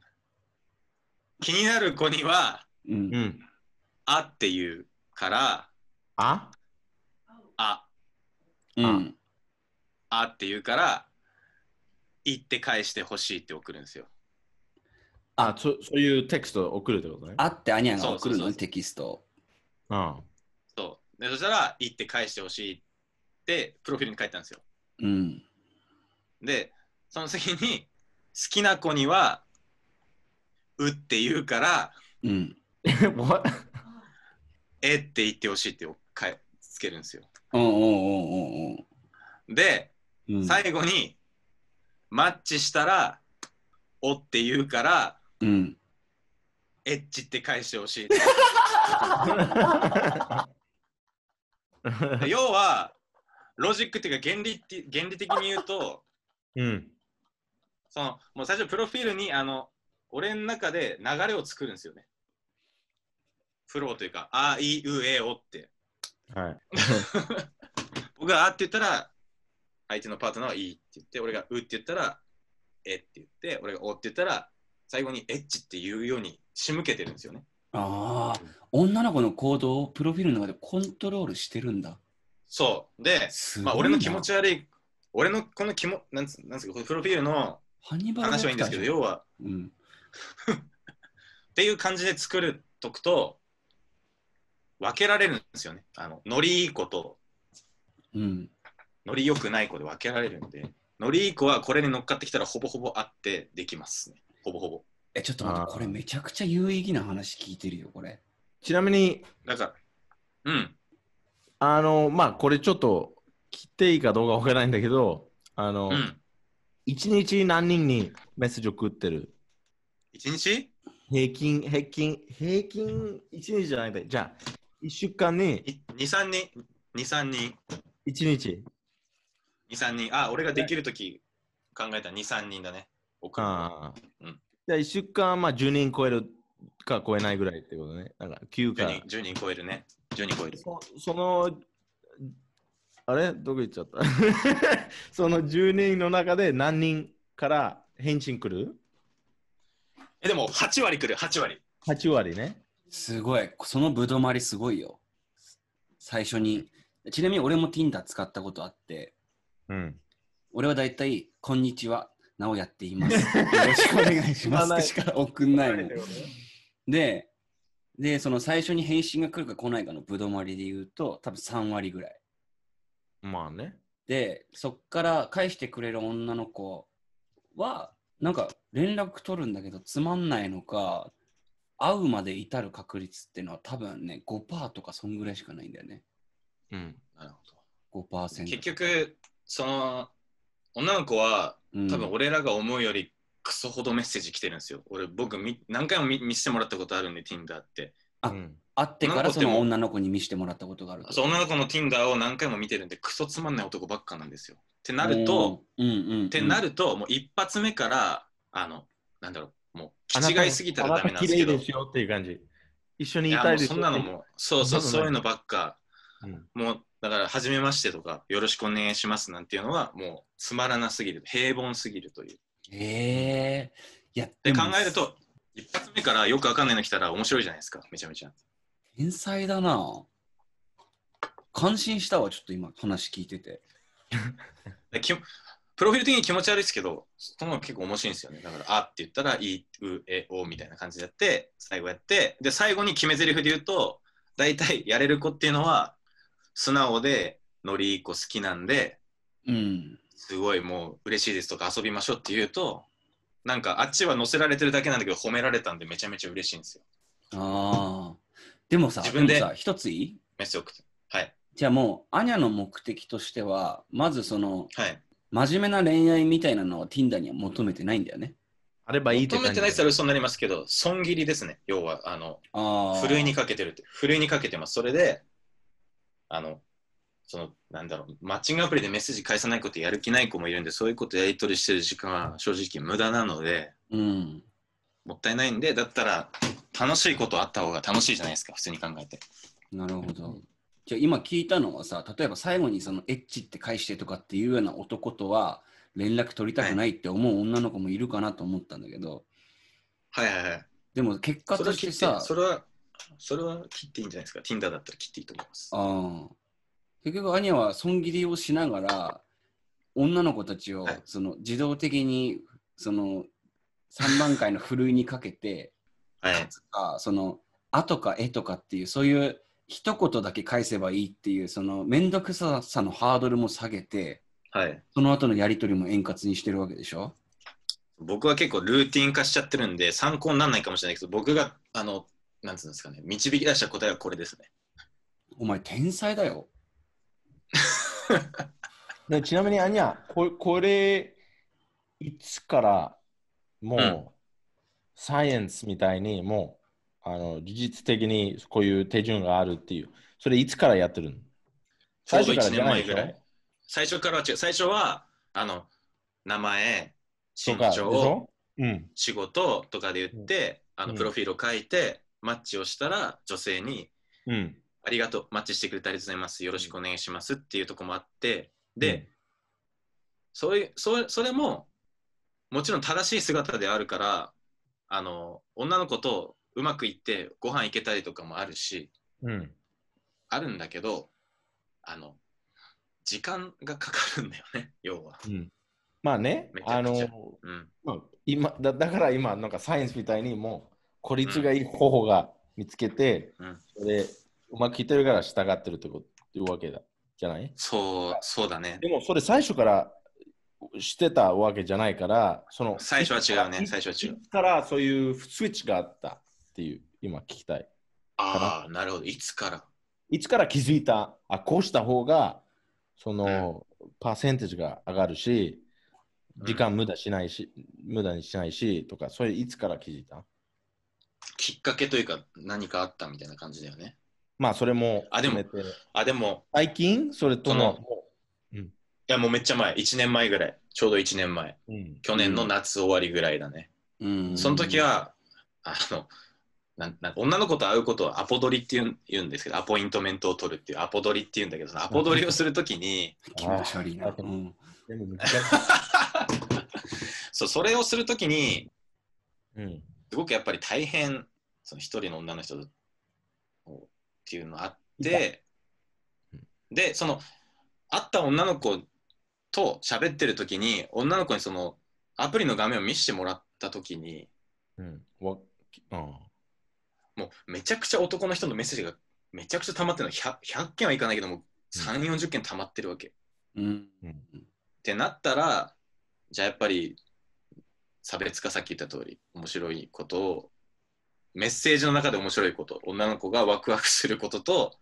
Speaker 4: 気になる子には、
Speaker 2: うん
Speaker 3: う。ん。
Speaker 4: あって言うから、
Speaker 3: あ
Speaker 4: あ、
Speaker 2: うん。
Speaker 4: あって言うから、行って返してほしいって送るんですよ。
Speaker 3: あそ、そういうテクストを送るってことね。
Speaker 2: あってアニャが送る
Speaker 4: そうそう
Speaker 2: の
Speaker 4: そう
Speaker 2: ねテキストを。
Speaker 3: うん。
Speaker 4: そう。で、そしたら、行って返してほしいって、プロフィールに書いたんですよ。
Speaker 2: うん。
Speaker 4: で、その次に、好きな子には、うって言うから、
Speaker 2: うん。
Speaker 3: What？
Speaker 4: えって言ってほしいって書いつけるんですよ。
Speaker 2: おうんうんうんうん
Speaker 4: で、
Speaker 2: うん。うん
Speaker 4: 最後に、マッチしたら、おって言うから、
Speaker 2: うん。
Speaker 4: エッチって返して ほしい。で要は、ロジックっていうか原理って、原理的に言うと、
Speaker 3: うん。
Speaker 4: そのもう最初プロフィールにあの俺の中で流れを作るんですよね。フローというか、あいうえおって。
Speaker 3: はい。
Speaker 4: 僕があって言ったら、相手のパートナーはいいって言って、俺がうって言ったら、えって言って、俺がおって言ったら、最後にエッチって言うように仕向けてるんですよね。
Speaker 2: ああ、女の子の行動をプロフィールの中でコントロールしてるんだ。
Speaker 4: そう。で、
Speaker 2: すごいな
Speaker 4: まあ、俺の気持ち悪い、俺のこの気も、なんつなんつうか、このプロフィールの
Speaker 2: ハニバル
Speaker 4: 話はいいんですけど、要は、
Speaker 2: うん。
Speaker 4: っていう感じで作るとくと、分けられるんですよね。あの、ノリいい子と、
Speaker 2: うん。
Speaker 4: ノリ良くない子で分けられるんで、ノリいい子はこれに乗っかってきたらほぼほぼあってできますね。ほぼほぼ。
Speaker 2: え、ちょっと待っ
Speaker 3: あ
Speaker 2: て、
Speaker 3: ー
Speaker 2: これめちゃくちゃ有意義な話聞いてるよ、これ。
Speaker 3: ちなみに、
Speaker 4: だから、うん。
Speaker 3: あの、まあ、これちょっと、切っていいかどうかわからないんだけど、あの、
Speaker 4: うん。
Speaker 3: 一日何人にメッセージを送ってる
Speaker 4: 一日
Speaker 3: 平均、平均、平均一日じゃないんだじゃあ、一週間に
Speaker 4: い二三人、二三人、
Speaker 3: 一日。
Speaker 4: 二三人。あ、俺ができるとき考えた二三人だね。送るの
Speaker 3: ああ
Speaker 4: うん
Speaker 3: じゃあ、一週間、まあ、10人超えるか超えないぐらいってことね。だから、9か。
Speaker 4: 10人、10人超えるね。10人超える。
Speaker 3: そその、あれどこ行っちゃった その10人の中で何人から返信来る
Speaker 4: え、でも8割来る、8割。
Speaker 3: ?8 割ね。
Speaker 2: すごい。そのぶどまりすごいよ。最初に。ちなみに俺も Tinder 使ったことあって、
Speaker 3: うん。
Speaker 2: 俺はだいたい、こんにちは、なおやってい ます。よろしくお願いしますってしか送んないもん。で、で、その最初に返信が来るか来ないかのぶどまりで言うと、多分3割ぐらい。
Speaker 3: まあね。
Speaker 2: で、そっから返してくれる女の子は、なんか連絡取るんだけど、つまんないのか、会うまで至る確率ってのは多分ね、5%とかそんぐらいしかないんだよね。
Speaker 3: うん。
Speaker 4: なるほど
Speaker 2: 5%。
Speaker 4: 結局、その、女の子は、
Speaker 2: うん、
Speaker 4: 多分俺らが思うよりクソほどメッセージ来てるんですよ。俺、僕み、何回も見見せてもらったことあるんで、Tinder って。
Speaker 2: あ
Speaker 3: うん
Speaker 2: 会ってからそ
Speaker 4: 女の子って
Speaker 2: の
Speaker 4: も
Speaker 2: 女の子に見せてもらったことがあると
Speaker 4: そう女の子の Tinder を何回も見てるんで、クソつまんない男ばっかなんですよ。ってなると、、
Speaker 2: うんうんうん、
Speaker 4: ってなると、もう一発目から、あの、なんだろう、も
Speaker 3: あな
Speaker 4: う、
Speaker 3: た
Speaker 4: 違いすぎたらダメなんです
Speaker 3: あなた綺
Speaker 4: けど、
Speaker 3: 麗ですよっていう感じ。一緒に
Speaker 4: い
Speaker 3: い
Speaker 4: や
Speaker 3: た
Speaker 4: も
Speaker 3: いうです
Speaker 4: そんなのもう、そうそう、
Speaker 3: そん
Speaker 4: そ
Speaker 3: な
Speaker 4: うい
Speaker 3: の
Speaker 4: うのばっか、
Speaker 3: うん
Speaker 4: もう、だから、初めましてとか、よろしくお願いしますなんていうのは、もう、つまらなすぎる、平凡すぎるという。
Speaker 2: えー、いや
Speaker 4: で、
Speaker 2: も
Speaker 4: 考えると、一発目からよくわかんないの来たら面白いじゃないですか、めちゃめちゃ。
Speaker 2: 天才だな感心したわちょっと今話聞いてて
Speaker 4: できプロフィール的に気持ち悪いですけど、その方が結構面白いんですよね。だから、あって言ったら、い、う、え、おみたいな感じでやって、最後やって、で、最後に決め台詞で言うと、大体やれる子っていうのは、素直で、ノリいい子好きなんで、
Speaker 2: うん
Speaker 4: すごいもう嬉しいですとか遊びましょうって言うと、なんかあっちは乗せられてるだけなんだけど、褒められたんでめちゃめちゃ嬉しいんですよ。
Speaker 2: ああでもさ
Speaker 4: 自分で
Speaker 2: もさ一ついい
Speaker 4: メッセージ送って。はい。
Speaker 2: じゃあもうアニャの目的としてはまずその
Speaker 4: はい。
Speaker 2: 真面目な恋愛みたいなのは Tinder には求めてないんだよね
Speaker 3: あればいいって感
Speaker 4: 求
Speaker 3: じ。
Speaker 4: めてないって言ったら嘘になりますけど、損切りですね。要は、あの、
Speaker 2: ああ
Speaker 4: ふるいにかけてるって、ふるいにかけてます。それで、あの、その、なんだろう、マッチングアプリでメッセージ返さないことやる気ない子もいるんで、そういうことやり取りしてる時間は正直無駄なので、
Speaker 2: うん
Speaker 4: もったいないんで、だったら、楽しいことあった方が楽しいじゃないですか、普通に考えて。
Speaker 2: なるほど。じゃあ今聞いたのはさ、例えば最後にそのエッチって返してとかっていうような男とは連絡取りたくないって思う女の子もいるかなと思ったんだけど、
Speaker 4: はいはいはい。
Speaker 2: でも結果
Speaker 4: そ
Speaker 2: と
Speaker 4: れは
Speaker 2: し
Speaker 4: 切
Speaker 2: て
Speaker 4: って
Speaker 2: さ、
Speaker 4: それは、それは切っていいんじゃないですか。Tinder だったら切っていいと思います。
Speaker 2: ああ結局アニャは損切りをしながら女の子たちを
Speaker 4: はい
Speaker 2: その自動的にその3段階のふるいにかけて、
Speaker 4: はい。
Speaker 2: かその「あ」とか「え」とかっていうそういう一言だけ返せばいいっていうその面倒くささのハードルも下げて、
Speaker 4: はい。
Speaker 2: その後のやり取りも円滑にしてるわけでしょ
Speaker 4: 僕は結構ルーティン化しちゃってるんで、参考にならないかもしれないけど、僕が、あの、なんつうんですかね、導き出した答えはこれですね。
Speaker 2: お前天才だよ。
Speaker 3: でちなみに、アニャ、ここれ、いつからもう、
Speaker 4: うん
Speaker 3: サイエンスみたいに、もうあの、事実的にこういう手順があるっていう、それいつからやってるの
Speaker 4: ち
Speaker 3: 最
Speaker 4: ょうど
Speaker 3: 初からじ
Speaker 4: 1
Speaker 3: ゃな
Speaker 4: 年前
Speaker 3: いで
Speaker 4: ぐ
Speaker 3: し
Speaker 4: ら
Speaker 3: ょ
Speaker 4: い。最初からは違う。最初は、あの、名前、
Speaker 3: と
Speaker 4: 身
Speaker 3: かでし
Speaker 4: 長、
Speaker 3: ょうん。
Speaker 4: 仕事とかで言って、あの、
Speaker 3: うん
Speaker 4: プロフィールを書いて、マッチをしたら、女性に、
Speaker 3: うん。
Speaker 4: ありがとう、マッチしてくれてありがとうございます、よろしくお願いしますっていうとこもあって、で、そういうそれそれももちろん正しい姿であるからあの女の子とうまくいってご飯行けたりとかもあるし
Speaker 3: うん、
Speaker 4: あるんだけどあの時間がかかるんだよね、 要は。
Speaker 3: うんまあね
Speaker 4: め、ち
Speaker 3: あ
Speaker 4: ゃく
Speaker 3: の
Speaker 4: ちゃ、うん。
Speaker 3: まあ、今だだから今、なんかサイエンスみたいにもう孤立がいい候補が見つけて、
Speaker 4: うん
Speaker 3: それでうまくいってるから従ってるってことっていうわけだじゃない
Speaker 4: そう、そうだね。
Speaker 3: でもそれ最初からしてたわけじゃないから、その
Speaker 4: 最初は違うね
Speaker 3: いつから
Speaker 4: 最初は違う
Speaker 3: いつからそういうスイッチがあったっていう、今聞きたい。
Speaker 4: ああ、なるほど。いつから
Speaker 3: いつから気づいた、あこうした方が、その、パーセンテージが上がるし、時間無駄しないし、無駄にしないしとか、それいつから気づいた
Speaker 4: きっかけというか何かあったみたいな感じだよね。
Speaker 3: まあ、それも
Speaker 4: あでも
Speaker 3: 含めて
Speaker 4: あ、でも、
Speaker 3: 最近それと
Speaker 4: そ
Speaker 3: の、
Speaker 4: いやもうめっちゃ前、1年前ぐらい、ちょうど1年前、
Speaker 3: うん
Speaker 4: 去年の夏終わりぐらいだね。
Speaker 2: うん
Speaker 4: その時、は、あの、なんなんか女の子と会うことをアポ取りっていうん言うんですけど、アポイントメントを取るっていうアポ取りっていうんだけど、そのアポ取りをするときに、
Speaker 2: 気持ち悪いな。
Speaker 3: あー
Speaker 2: うん
Speaker 3: でも難しい
Speaker 4: そうそれをするときに、
Speaker 3: うん
Speaker 4: すごくやっぱり大変、その一人の女の人をっていうのあって
Speaker 3: いた、
Speaker 4: で、その会った女の子と喋ってる時に、女の子にそのアプリの画面を見せてもらった時に、
Speaker 3: うんわうん
Speaker 4: もうめちゃくちゃ男の人のメッセージがめちゃくちゃ溜まってるの 100, 100件はいかないけども、3、40件溜まってるわけ。っ
Speaker 2: うん
Speaker 3: うん
Speaker 4: てなったら、じゃあやっぱり差別化さっき言った通り、面白いことを、メッセージの中で面白いこと、女の子がワクワクすることと、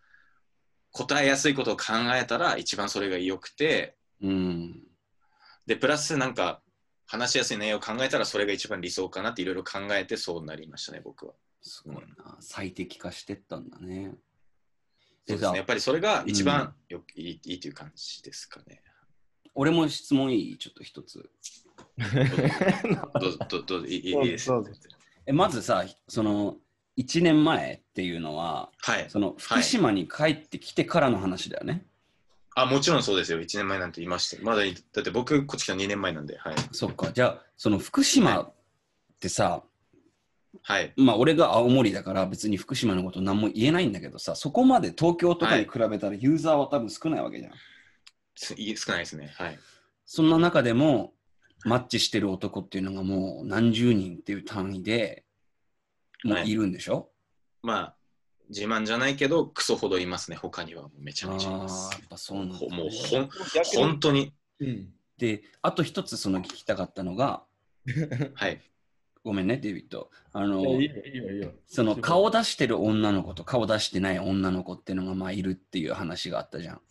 Speaker 4: 答えやすいことを考えたら一番それが良くて、
Speaker 2: うん
Speaker 4: で、プラスなんか話しやすい内容を考えたらそれが一番理想かなっていろいろ考えてそうなりましたね、僕は。
Speaker 2: すごいな。最適化してったんだね。
Speaker 4: そう
Speaker 2: で
Speaker 4: です
Speaker 2: さ
Speaker 4: ね。やっぱりそれが一番よく、いいいいという感じですかね。
Speaker 2: 俺も質問いいちょっと一つ。
Speaker 4: どうぞ、どうぞどうぞ、いいい
Speaker 3: どうぞ
Speaker 4: いです。
Speaker 3: どうぞ
Speaker 2: え、まずさ、その、1年前っていうのは、
Speaker 4: はい。
Speaker 2: その、福島に帰ってきてからの話だよね。
Speaker 4: あ、もちろんそうですよ。1年前なんていまして。まだい、だって僕、こっち来た2年前なんで。はい。
Speaker 2: そっか。じゃあ、その、福島ってさ、
Speaker 4: はい。
Speaker 2: まあ、俺が青森だから別に福島のこと何も言えないんだけどさ、そこまで東京とかに比べたらユーザーは多分少ないわけじゃん。
Speaker 4: すい少ないですね。はい。
Speaker 2: そんな中でも、マッチしてる男っていうのがもう何十人っていう単位で、もう
Speaker 4: はい
Speaker 2: いるんでしょ、
Speaker 4: まあ、自慢じゃないけど、クソほどいますね。他にはめちゃ
Speaker 2: あ
Speaker 4: めちゃいま
Speaker 2: あ
Speaker 4: す
Speaker 2: ー、。やっぱそうなんだ、
Speaker 4: ほもう、ほん、
Speaker 3: 逆に
Speaker 4: 本当に。
Speaker 3: うん
Speaker 2: で、あと一つその聞きたかったのが、
Speaker 4: はい。
Speaker 2: ごめんね、デイビッド。あの、
Speaker 3: いやいいよいいよいいよ
Speaker 2: その顔出してる女の子と顔出してない女の子っていうのがまあいるっていう話があったじゃん。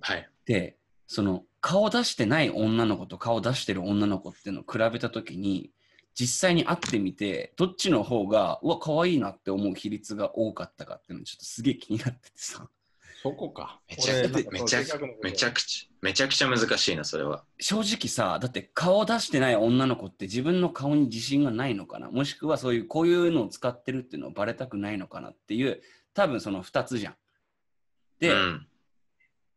Speaker 4: はい。
Speaker 2: で、その顔出してない女の子と顔出してる女の子っていうのを比べたときに、実際に会ってみて、どっちの方が、うわ、可愛いなって思う比率が多かったかっていうのちょっとすげえ気になっててさ。
Speaker 3: そこか
Speaker 4: めちゃ
Speaker 3: 俺なん
Speaker 4: くち
Speaker 3: か
Speaker 4: ゃ、
Speaker 3: そ
Speaker 4: めちゃ
Speaker 3: う性格のこ
Speaker 4: く
Speaker 3: と
Speaker 4: めちゃくちゃ、めちゃくちゃ難しいな、それは。
Speaker 2: 正直さ、だって顔出してない女の子って自分の顔に自信がないのかなもしくはそういうこういうのを使ってるっていうのをバレたくないのかなっていう、多分その2つじゃん。で、
Speaker 4: うん。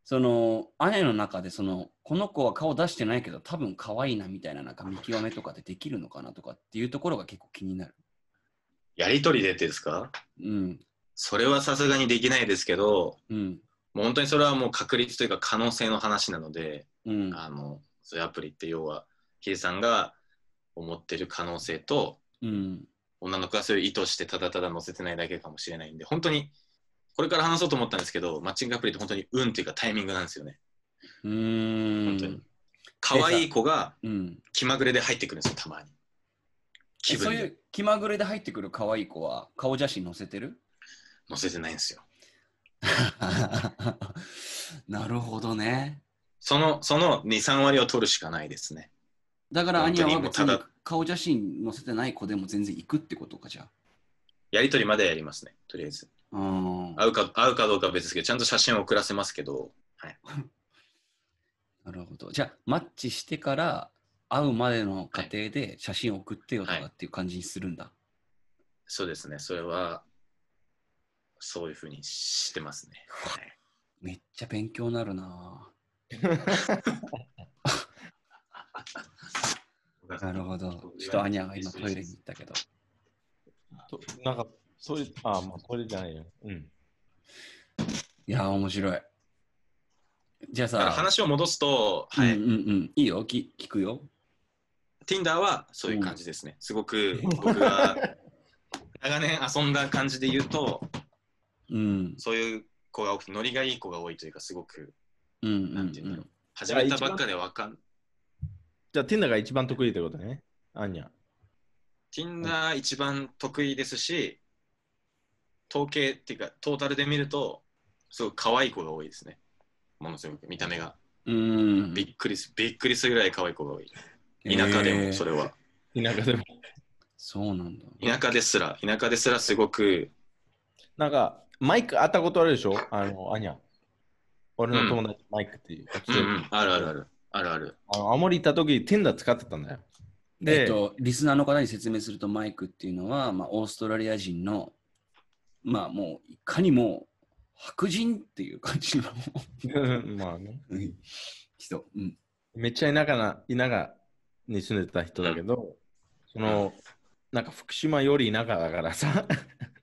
Speaker 2: その姉の中でそのこの子は顔出してないけど多分可愛いなみたいななんか見極めとかってできるのかなとかっていうところが結構気になる。
Speaker 4: やりとりでってですか
Speaker 2: うん
Speaker 4: それはさすがにできないですけど、
Speaker 2: うん
Speaker 4: もう本当にそれはもう確率というか可能性の話なので、
Speaker 2: うん
Speaker 4: あのそういうアプリって要はヒデさんが思ってる可能性と
Speaker 2: うん
Speaker 4: 女の子がそういう意図してただただ載せてないだけかもしれないんで本当にこれから話そうと思ったんですけどマッチングアプリって本当に運というかタイミングなんですよね
Speaker 2: うーん
Speaker 4: 本当に可愛い子が
Speaker 2: うん
Speaker 4: 気まぐれで入ってくるんですよたまに気
Speaker 2: えそうい
Speaker 4: 分で
Speaker 2: う気まぐれで入ってくる可愛い子は顔写真載せてる
Speaker 4: 載せてないんですよ
Speaker 2: なるほどね。
Speaker 4: そのその23割を取るしかないですね
Speaker 2: だからアニ
Speaker 4: 本当
Speaker 2: ャ
Speaker 4: に
Speaker 2: は
Speaker 4: もう
Speaker 2: 別
Speaker 4: ただ
Speaker 2: に顔写真載せてない子でも全然行くってことかじゃあ。
Speaker 4: やり取りまではやりますねとりあえず
Speaker 2: うん
Speaker 4: 会うか会うかどうかは別ですけどちゃんと写真を送らせますけど
Speaker 2: なるほど。じゃあ、マッチしてから会うまでの過程で写真送ってよとかっていう感じにするんだ。
Speaker 4: そうですね、それは、そういうふうにしてますね。はい
Speaker 2: めっちゃ勉強になるなぁ。なるほど。ちょっとアニャが今トイレに行ったけど。
Speaker 3: となんかそれあまあこれじゃないようん
Speaker 2: いやー、面白い。じゃあ
Speaker 4: だから
Speaker 2: さ、
Speaker 4: 話を戻すと、はい
Speaker 2: うんうんうん、いいよ、き聞くよ。
Speaker 4: Tinder はそういう感じですね。す ごく僕が長年遊んだ感じで言うと、
Speaker 2: うん。
Speaker 4: そういう子が多くて、ノリがいい子が多いというか、すごく
Speaker 2: うんうん、
Speaker 4: な
Speaker 2: うんん
Speaker 4: て言うんだろ始めたばっかでわかん。
Speaker 3: じゃあ、Tinder が一番得意ってことね。アンニャ。
Speaker 4: Tinder 一番得意ですし、統計っていうか、トータルで見ると、すごく可愛い子が多いですね。ものすごく見た目が。
Speaker 2: うん。
Speaker 4: びっくりす、びっくりするぐらい可愛い子が多い。田舎で
Speaker 2: え
Speaker 4: も、
Speaker 2: ー
Speaker 4: それは。
Speaker 3: 田舎でも。
Speaker 2: そうなんだ。
Speaker 4: 田舎ですら、田舎ですらすごく、
Speaker 3: なんか、マイクあったことあるでしょあの、アンニャ。俺の友達、マイクっていう。
Speaker 4: うんうん、あるあるある。あるある。
Speaker 3: あの青森行った時、Tinder 使ってたんだよ。で、
Speaker 2: えっと、リスナーの方に説明すると、マイクっていうのは、まあ、オーストラリア人の、まあ、もう、いかにも白人っていう感じの
Speaker 3: まあね。
Speaker 2: うん人。うん。
Speaker 3: めっちゃ田舎な、田舎に住んでた人だけど、その、なんか福島より田舎だからさ、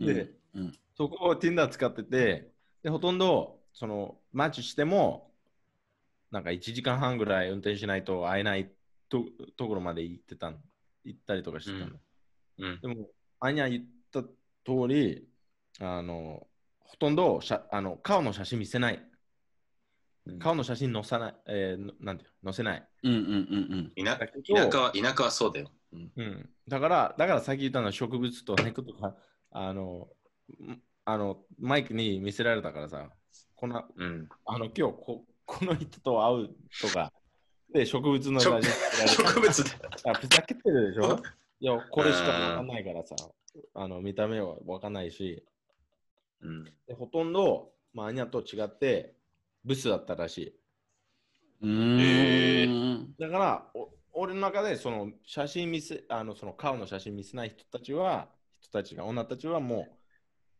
Speaker 3: で
Speaker 2: うん、
Speaker 3: そこを Tinder 使ってて、で、ほとんど、その、マッチしても、なんか1時間半ぐらい運転しないと会えないとところまで行ってたの行ったりとかしてたの。
Speaker 4: うん。
Speaker 3: でも、アニャ言った通り、あの、ほとんどしゃあの顔の写真見せない。顔の写真載さない。えーのなんていうの載せない。
Speaker 2: うんうんうん
Speaker 4: 田
Speaker 3: だけど
Speaker 4: 田舎は、田舎はそうだよ。
Speaker 3: うん、だから、だからさっき言ったのは植物と猫とか、あの、んあのマイクに見せられたからさ、こんな、
Speaker 4: うん。
Speaker 3: あの、今日こ、この人と会うとか、で、植物の
Speaker 4: ち
Speaker 3: 写真
Speaker 4: ょ
Speaker 3: 見せられ
Speaker 4: 植物で。
Speaker 3: たあふざけてるでし ょいや、これしかわかんないからさ、あの、見た目はわかんないし、
Speaker 4: うん。
Speaker 3: でほとんど、まあ、アニャと違って、ブスだったらしい。
Speaker 2: うん。うん。
Speaker 4: え
Speaker 3: だから、お俺の中でその写真見せ、あのその顔の写真見せない人たちは、人たちが、女たちはもう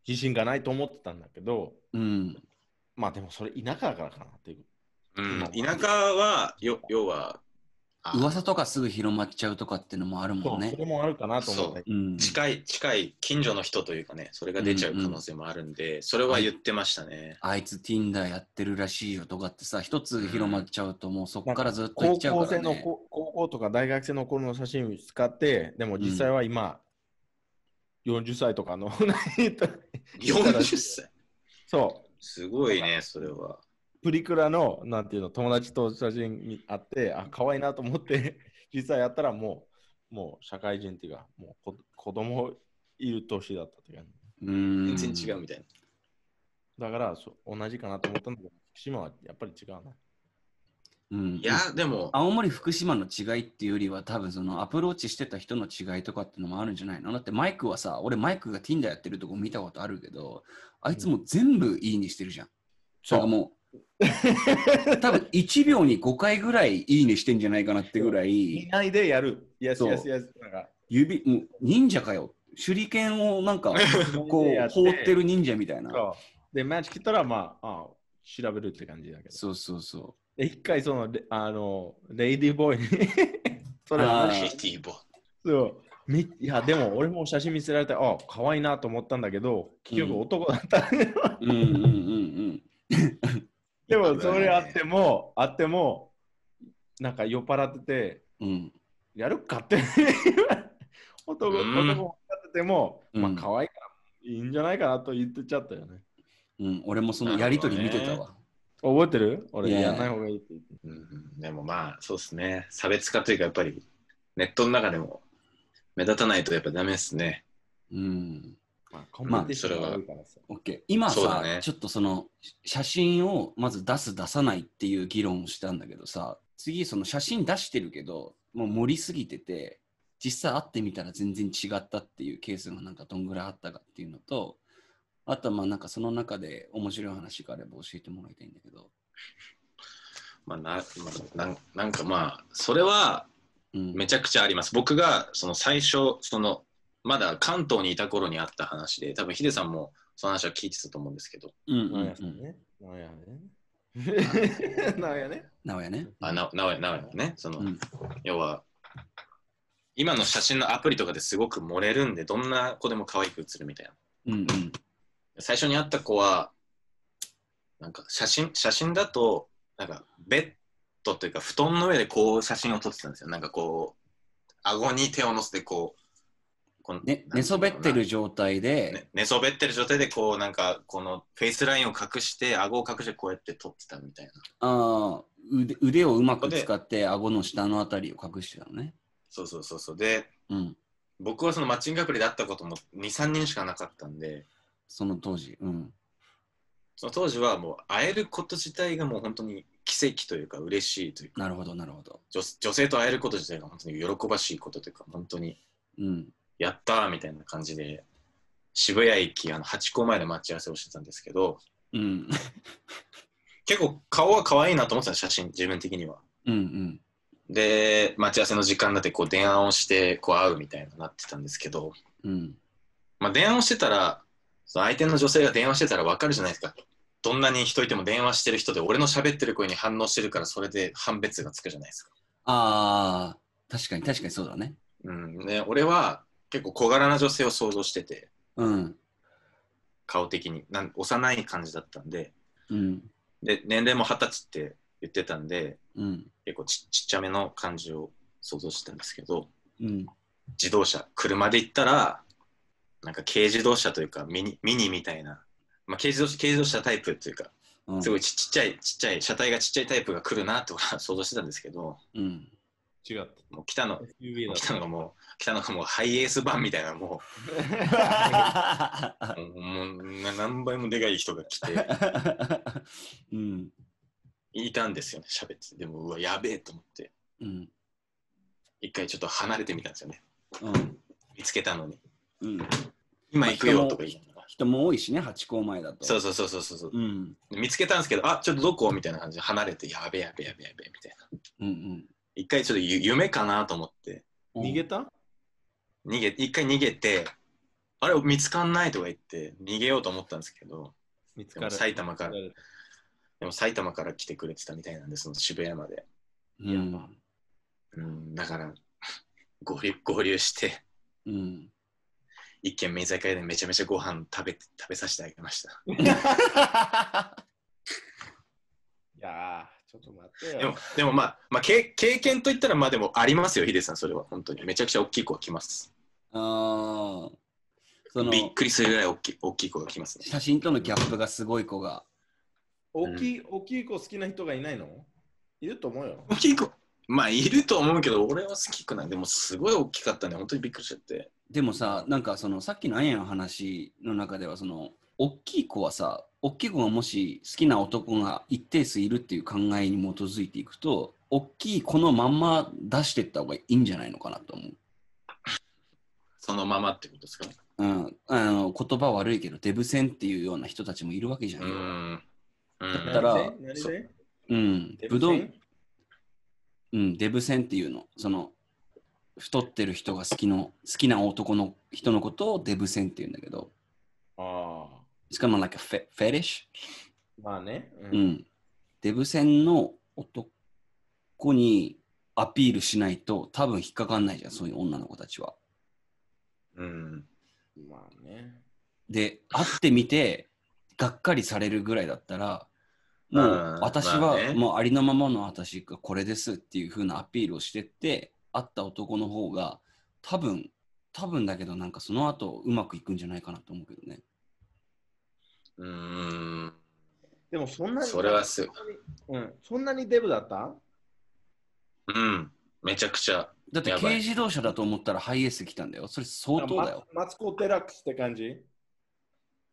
Speaker 3: 自信がないと思ってたんだけど、
Speaker 2: うん。
Speaker 3: まあでもそれ田舎だからかなっていう。
Speaker 4: うん、田舎は、よ要は、あ
Speaker 2: 噂とかすぐ広まっちゃうとかってのもある
Speaker 3: そ
Speaker 2: も
Speaker 3: うん
Speaker 2: ね
Speaker 3: そ。れもあるかなと思った。
Speaker 2: うん。
Speaker 4: 近い、近い近所の人というかね、それが出ちゃう可能性もあるんで、それは言ってましたね。
Speaker 2: あいつ Tinder やってるらしいよとかってさ、一つ広まっちゃうともうそこからずっと行っ
Speaker 3: 高
Speaker 2: ちゃう
Speaker 3: 校
Speaker 2: か
Speaker 3: 生
Speaker 2: ら、
Speaker 3: の
Speaker 2: ね。
Speaker 3: こ高校とか大学生の頃の写真使って、でも実際は今、40歳とかの
Speaker 4: 40歳。
Speaker 3: そう、
Speaker 4: すごいね、それは。
Speaker 3: プリクラの、なんていうの、友達と写真に会って、あ、可愛いなと思って、 実際やったらもう、もう社会人っていうか、もうこ子供いる年だったっていうか、
Speaker 2: うん。
Speaker 4: 全然違うみたいな。
Speaker 3: だからそ同じかなと思ったんだけど、福島はやっぱり違うな。
Speaker 2: うん。
Speaker 4: いや、でも、
Speaker 2: 青森福島の違いっていうよりは多分そのアプローチしてた人の違いとかってのもあるんじゃないのだってマイクはさ俺マイクが Tinder やってるとこ見たことあるけどあいつもう全部いいにしてるじゃん、
Speaker 3: そ
Speaker 2: だから
Speaker 3: う、
Speaker 2: もう多分1秒に5回ぐらいいいにしてんじゃないかなってぐら
Speaker 3: い
Speaker 2: い
Speaker 3: ないでやる。イエス
Speaker 2: そう
Speaker 3: イエスイエス。なんか、
Speaker 2: 指もう忍者かよ手裏剣をなんかこ
Speaker 3: いないうでや
Speaker 2: 放ってる忍者みたいな
Speaker 3: そうで、マッチ来たら、まあ、あ調べるって感じだけど。
Speaker 2: そうそうそ
Speaker 3: で、一回、その、レあの、レイディーボーイに それ
Speaker 2: あー
Speaker 4: ヘイティーボー
Speaker 3: そう。みいや、でも俺も写真見せられて、あ、可愛いなと思ったんだけど、結局男だ った。
Speaker 2: ううんうんうんうん
Speaker 3: でも、それあっても、あっても、なんか酔っ払ってて、
Speaker 2: うん
Speaker 3: やるかって 男、
Speaker 4: う
Speaker 3: 男
Speaker 4: ん
Speaker 3: もやってても、まあ
Speaker 2: うん、
Speaker 3: 可愛いから、いいんじゃないかなと言ってちゃったよね。
Speaker 2: うん、俺もそのやりとり見てたわ、
Speaker 3: 覚えてる俺、
Speaker 2: いや
Speaker 3: やんない方がいいって言って。
Speaker 4: うんでもまあそうですね差別化というかやっぱりネットの中でも目立たないとやっぱダメですね
Speaker 2: うん
Speaker 3: まあ、コンペティションが多いからさ。
Speaker 2: オッケー今
Speaker 4: そうだ
Speaker 2: さ、
Speaker 4: ね
Speaker 2: ちょっとその写真をまず出す出さないっていう議論をしたんだけどさ次その写真出してるけどもう盛りすぎてて実際会ってみたら全然違ったっていうケースがなんかどんぐらいあったかっていうのとあとはまあなんかその中で面白い話があれば教えてもらいたいんだけど
Speaker 4: まあな,、まあ、なんなんかまあそれは
Speaker 2: うん
Speaker 4: めちゃくちゃあります僕がその最初そのまだ関東にいた頃にあった話で多分ヒデさんもその話は聞いてたと思うんですけど
Speaker 2: うんうんう
Speaker 3: なんや
Speaker 2: ん
Speaker 3: ね。なんやね。
Speaker 2: な
Speaker 3: なんやね。
Speaker 2: おやね
Speaker 4: あななおやなおやのねその、
Speaker 2: うん
Speaker 4: 要は今の写真のアプリとかですごく盛れるんでどんな子でも可愛く写るみたいな
Speaker 2: うんうん
Speaker 4: 最初に会った子は、うなんか写真写真だとなんかベッドというか布団の上でこう写真を撮ってたんですよなんかこう顎に手を乗せてこうこの
Speaker 2: ね、寝そべってる状態で、
Speaker 4: ね寝そべってる状態でこうなんかこのフェイスラインを隠して顎を隠してこうやって撮ってたみたいな
Speaker 2: ああ腕腕をうまく使って顎の下のあたりを隠してたのね。
Speaker 4: そうそうそうそうで
Speaker 2: うん、
Speaker 4: 僕はそのマッチングアプリで会ったことも23人しかなかったんで
Speaker 2: その当時。うん、
Speaker 4: その当時はもう会えること自体がもう本当に奇跡というか嬉しいというか
Speaker 2: なるほど、なるほど。
Speaker 4: 女女性と会えること自体が本当に喜ばしいことというか本当に
Speaker 2: うん、
Speaker 4: やったーみたいな感じで渋谷駅あの八甲前で待ち合わせをしてたんですけど
Speaker 2: うん、
Speaker 4: 結構顔は可愛いなと思ってたの写真自分的には
Speaker 2: うん、うん。
Speaker 4: で待ち合わせの時間になってこう電話をしてこう会うみたいななってたんですけど、
Speaker 2: うん、
Speaker 4: まあ、電話をしてたらその相手の女性が電話してたら分かるじゃないですかどんなに人いても電話してる人で俺の喋ってる声に反応してるからそれで判別がつくじゃないですか、
Speaker 2: ああ、確かに確かにそうだね。
Speaker 4: うん、で俺は結構小柄な女性を想像してて
Speaker 2: うん、
Speaker 4: 顔的になん幼い感じだったんで
Speaker 2: うん、
Speaker 4: で年齢も二十歳って言ってたんで
Speaker 2: うん、
Speaker 4: 結構ちちっちゃめの感じを想像してたんですけど
Speaker 2: うん。
Speaker 4: 自動車車で行ったらなんか軽自動車というかミニミニみたいな、まあ、軽自動車軽自動車タイプというか
Speaker 2: うん
Speaker 4: すごいちちっちゃいちっちゃい車体がちっちゃいタイプが来るなって俺は想像してたんですけど
Speaker 2: うん。
Speaker 3: 違った。
Speaker 4: もう来たの
Speaker 3: SUV
Speaker 4: 来たのがもう来たのがもうハイエース版みたいなもうもうもうな何倍もでかい人が来て
Speaker 2: うん、
Speaker 4: いたんですよね喋っててでもうわやべえと思って
Speaker 2: うん、
Speaker 4: 一回ちょっと離れてみたんですよね
Speaker 2: うん、
Speaker 4: 見つけたのに
Speaker 2: うん。
Speaker 4: 今行くよとか言いながら
Speaker 2: 人も多いしね、八甲前だと。
Speaker 4: そうそうそうそうそう
Speaker 2: うん、
Speaker 4: 見つけたんですけどあちょっとどこみたいな感じで離れてやべえやべえやべえやべえみたいな
Speaker 2: うん、
Speaker 4: 一回ちょっとゆ夢かなと思って
Speaker 2: うん。
Speaker 3: 逃げた
Speaker 4: 逃げ一回逃げてあれ見つかんないとか言って逃げようと思ったんですけど
Speaker 3: 見つ
Speaker 4: でも埼玉からでも埼玉から来てくれてたみたいなんでその渋谷まで
Speaker 2: うん、
Speaker 4: うんだから合流合流して
Speaker 2: うん。
Speaker 4: 一軒目居酒屋でめちゃめちゃご飯食べて食べさせてあげました
Speaker 3: いやー、ちょっと待って
Speaker 4: でも
Speaker 3: よ。
Speaker 4: でもまあ、まあ、経経験といったらまあでもありますよヒデさんそれは本当にめちゃくちゃ大きい子が来ます
Speaker 2: ああ、その
Speaker 4: びっくりするぐらい大きい大きい子が来ますね
Speaker 2: 写真とのギャップがすごい子が。
Speaker 3: 大きい、大きい子好きな人がいないのいると思うよ。
Speaker 4: 大きい子まあいると思うけど俺は好きくないでもすごい大きかったね本当にびっくりしちゃって
Speaker 2: でもさ、なんかそのさっきのアヤの話の中では、その大きい子はさ、大きい子がもし好きな男が一定数いるっていう考えに基づいていくと、大きい子のまんま出していった方がいいんじゃないのかなと思う。
Speaker 4: そのままってことですか
Speaker 2: うん、あの言葉悪いけど、デブ戦っていうような人たちもいるわけじゃ
Speaker 4: うん
Speaker 2: よ。
Speaker 4: んう
Speaker 2: だ
Speaker 4: ん
Speaker 2: ったら
Speaker 3: 何で何で
Speaker 2: うん、ぶどう、うん、デブ戦っていうの。その太ってる人が好きの好きな男の人のことをデブ戦っていうんだけど、
Speaker 3: ああ。
Speaker 2: しかもなんかフェフェリッシュ
Speaker 3: まあね。
Speaker 2: う。
Speaker 3: う
Speaker 2: ん、デブ戦の男にアピールしないと多分引っかかんないじゃんそういう女の子たちは。
Speaker 4: うん
Speaker 3: まあね。
Speaker 2: で会ってみてがっかりされるぐらいだったらも
Speaker 4: うん
Speaker 2: う私
Speaker 4: まあ
Speaker 2: は
Speaker 4: ね
Speaker 2: もうありのままの私がこれですっていう風なアピールをしてって会った男の方が多分多分だけどなんかその後うまくいくんじゃないかなと思うけどね。
Speaker 4: うーん
Speaker 3: でもそんなに。
Speaker 4: それはす
Speaker 3: うん。そんなにデブだった
Speaker 4: うんめちゃくちゃ
Speaker 2: だって
Speaker 4: やばい
Speaker 2: 軽自動車だと思ったらハイエース来たんだよ。それ相当だよ。
Speaker 3: ママツコ・テラックスって感じ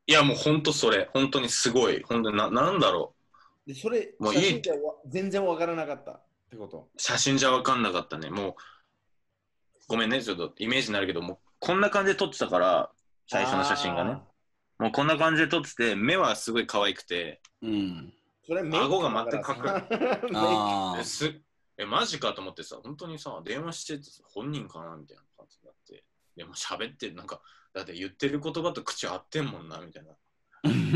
Speaker 4: いやもうほんとそれ本当にすごい本当にななんだろ
Speaker 3: で、それ、
Speaker 4: もうい
Speaker 3: 写
Speaker 4: い
Speaker 3: 真じゃわ全然わからなかったってこと。
Speaker 4: う写真じゃ分かんなかったねもうごめんねちょっとイメージになるけどもうこんな感じで撮ってたから最初の写真が
Speaker 3: あ
Speaker 4: ね
Speaker 3: ー。
Speaker 4: もうこんな感じで撮ってて目はすごい可愛くて
Speaker 2: うん。
Speaker 3: それ、
Speaker 4: 顎が全く
Speaker 3: く
Speaker 2: あ
Speaker 4: え
Speaker 2: あ。
Speaker 4: すえマジかと思ってさ本当にさ電話してて本人かなみたいな感じになってでも喋ってるなんかだって言ってる言葉と口合ってんもんなみたいな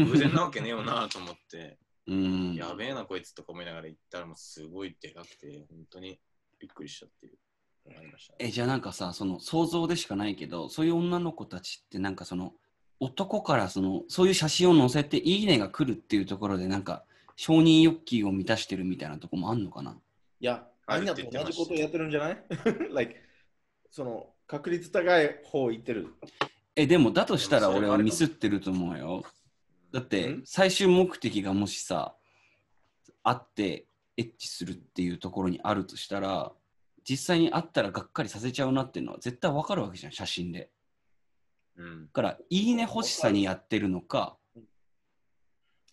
Speaker 4: 偶然なわけねえよなと思って
Speaker 2: うん。
Speaker 4: やべえなこいつとか思いながら行ったらもうすごいでかくて本当にびっくりしちゃってるありましたね
Speaker 2: えじゃあなんかさその想像でしかないけどそういう女の子たちってなんかその男からそのそういう写真を載せて「いいね」が来るっていうところでなんか承認欲求を満たしてるみたいなとこもあんのかない
Speaker 1: や、
Speaker 4: あ
Speaker 1: み
Speaker 4: る
Speaker 1: んな
Speaker 4: って
Speaker 1: と
Speaker 4: 言って
Speaker 1: 同
Speaker 4: ま
Speaker 1: じ
Speaker 4: した
Speaker 1: ことやってるんじゃ ない like, その確率高い方言ってる。
Speaker 2: えでもだとしたら
Speaker 4: でもそれ
Speaker 2: 俺
Speaker 4: は
Speaker 2: は
Speaker 4: あれかも
Speaker 2: ミスってると思うよだって
Speaker 1: ん
Speaker 2: 最終目的がもしさ会ってエッチするっていうところにあるとしたら実際に会ったらがっかりさせちゃうなっていうのは絶対わかるわけじゃん写真で
Speaker 4: うん
Speaker 2: だから「いいね」欲しさにやってるのか
Speaker 1: うん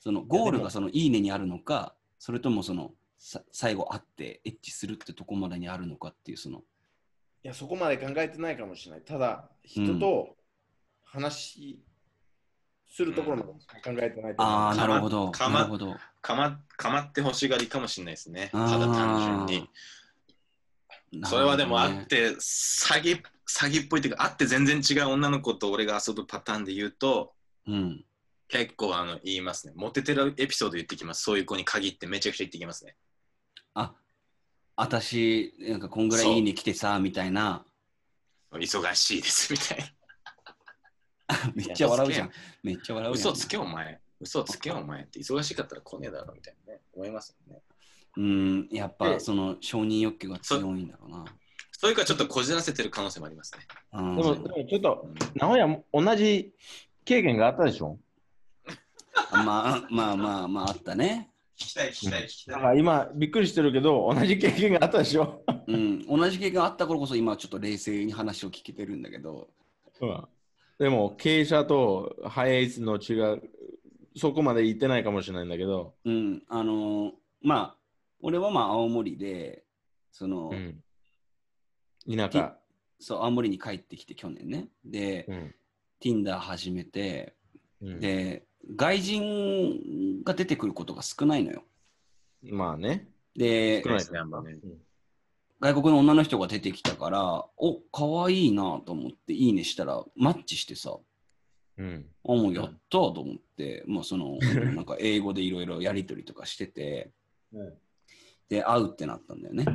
Speaker 2: そのゴールがその「いいね」にあるのかそれともそのさ最後会ってエッチするってとこまでにあるのかっていうその
Speaker 1: いや、そこまで考えてないかもしれない。ただ、人と話するところまでしか考えてないと思う。
Speaker 2: ああなるほど
Speaker 4: か
Speaker 2: な
Speaker 4: ま
Speaker 2: るほど
Speaker 4: かまかまってほしがりかもしれないですね
Speaker 2: あー
Speaker 4: ただ単純にそれはでもあ
Speaker 2: あ
Speaker 4: って詐欺詐欺っぽいっていうかあって全然違う女の子と俺が遊ぶパターンで言うと
Speaker 2: うん
Speaker 4: 結構あの言いますねモテてるエピソード言ってきますそういう子に限ってめちゃくちゃ言ってきますね
Speaker 2: あ私なんかこんぐらい「いいね」来てさみたいな
Speaker 4: 忙しいですみたい
Speaker 2: めっちゃ笑うじゃんめっちゃ
Speaker 4: な
Speaker 2: 笑うじゃ
Speaker 4: 嘘
Speaker 2: ん
Speaker 4: つけお前嘘つけお前って忙しかったら来ねえだろみたいなね思いますよね
Speaker 2: うんやっぱ
Speaker 1: で
Speaker 2: その承認欲求が強いんだろうな
Speaker 4: そういうかちょっとこじらせてる可能性もありますね
Speaker 2: うん
Speaker 3: でも、でもちょっと、名古屋も同じ経験があったでしょ
Speaker 2: まあまあまあまああったね
Speaker 4: 聞きたい聞き
Speaker 3: たい
Speaker 4: 聞き
Speaker 3: だから今、びっくりしてるけど、同じ経験があったでしょ、
Speaker 2: うん、同じ経験があった頃こそ今ちょっと冷静に話を聞けてるんだけど、
Speaker 3: うん、でも、傾斜とハイエイスの違う、そこまで行ってないかもしれないんだけど、
Speaker 2: うん、あのーまあ俺はまあ青森でその、
Speaker 3: うん、田舎。
Speaker 2: そう青森に帰ってきて去年ねで、
Speaker 3: うん、
Speaker 2: Tinder 始めて
Speaker 3: うん
Speaker 2: で外人が出てくることが少ないのよ
Speaker 3: まあね。
Speaker 2: で
Speaker 3: 少ない
Speaker 4: ですねあんまね
Speaker 2: 外国の女の人が出てきたからお可愛いなと思っていいねしたらマッチしてさ
Speaker 3: うん。
Speaker 2: あもうやったと思って、まあそのなんか英語でいろいろやり取りとかしてて、
Speaker 3: うん
Speaker 2: で会うってなったんだよね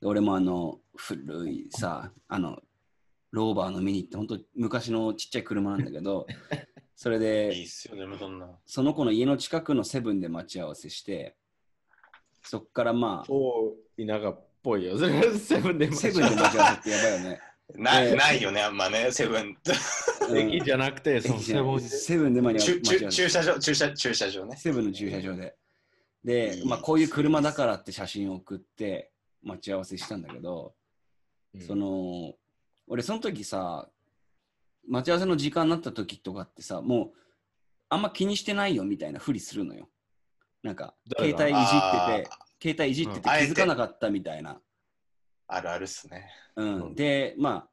Speaker 2: で俺もあの古いさあのローバーのミニって本当昔のちっちゃい車なんだけどそれ
Speaker 4: いい
Speaker 2: で
Speaker 4: っすよねもうそんな
Speaker 2: その子の家の近くのセブンで待ち合わせしてそっからまあ
Speaker 3: 超田舎っぽいよ。それセブンで
Speaker 2: セブンで待ち合わせってやばいよね、
Speaker 4: な
Speaker 2: ええ
Speaker 4: いないよねあんまねセブン
Speaker 2: うん
Speaker 3: 駅じゃなくて、その
Speaker 2: 駅じ
Speaker 3: セ
Speaker 2: ゃ
Speaker 3: ブ
Speaker 2: な
Speaker 3: ン
Speaker 2: いセブンで待ち合
Speaker 4: 駐
Speaker 2: わせ
Speaker 4: 駐駐車場駐車駐車場ね
Speaker 2: セブンの駐車場で。で
Speaker 4: いい、
Speaker 2: まあ、こういう車だからって写真を送って待ち合わせしたんだけど、その俺その時さ待ち合わせの時間になった時とかってさもうあんま気にしてないよみたいなふりするのよ。なんか
Speaker 3: 誰
Speaker 2: 携
Speaker 3: が
Speaker 2: 帯いじって
Speaker 4: あ
Speaker 2: て携帯いじってて
Speaker 4: うんあえ
Speaker 2: 気
Speaker 4: て
Speaker 2: づかなかったみたいな。
Speaker 4: あるあるっすね
Speaker 2: うん
Speaker 3: うん
Speaker 2: でま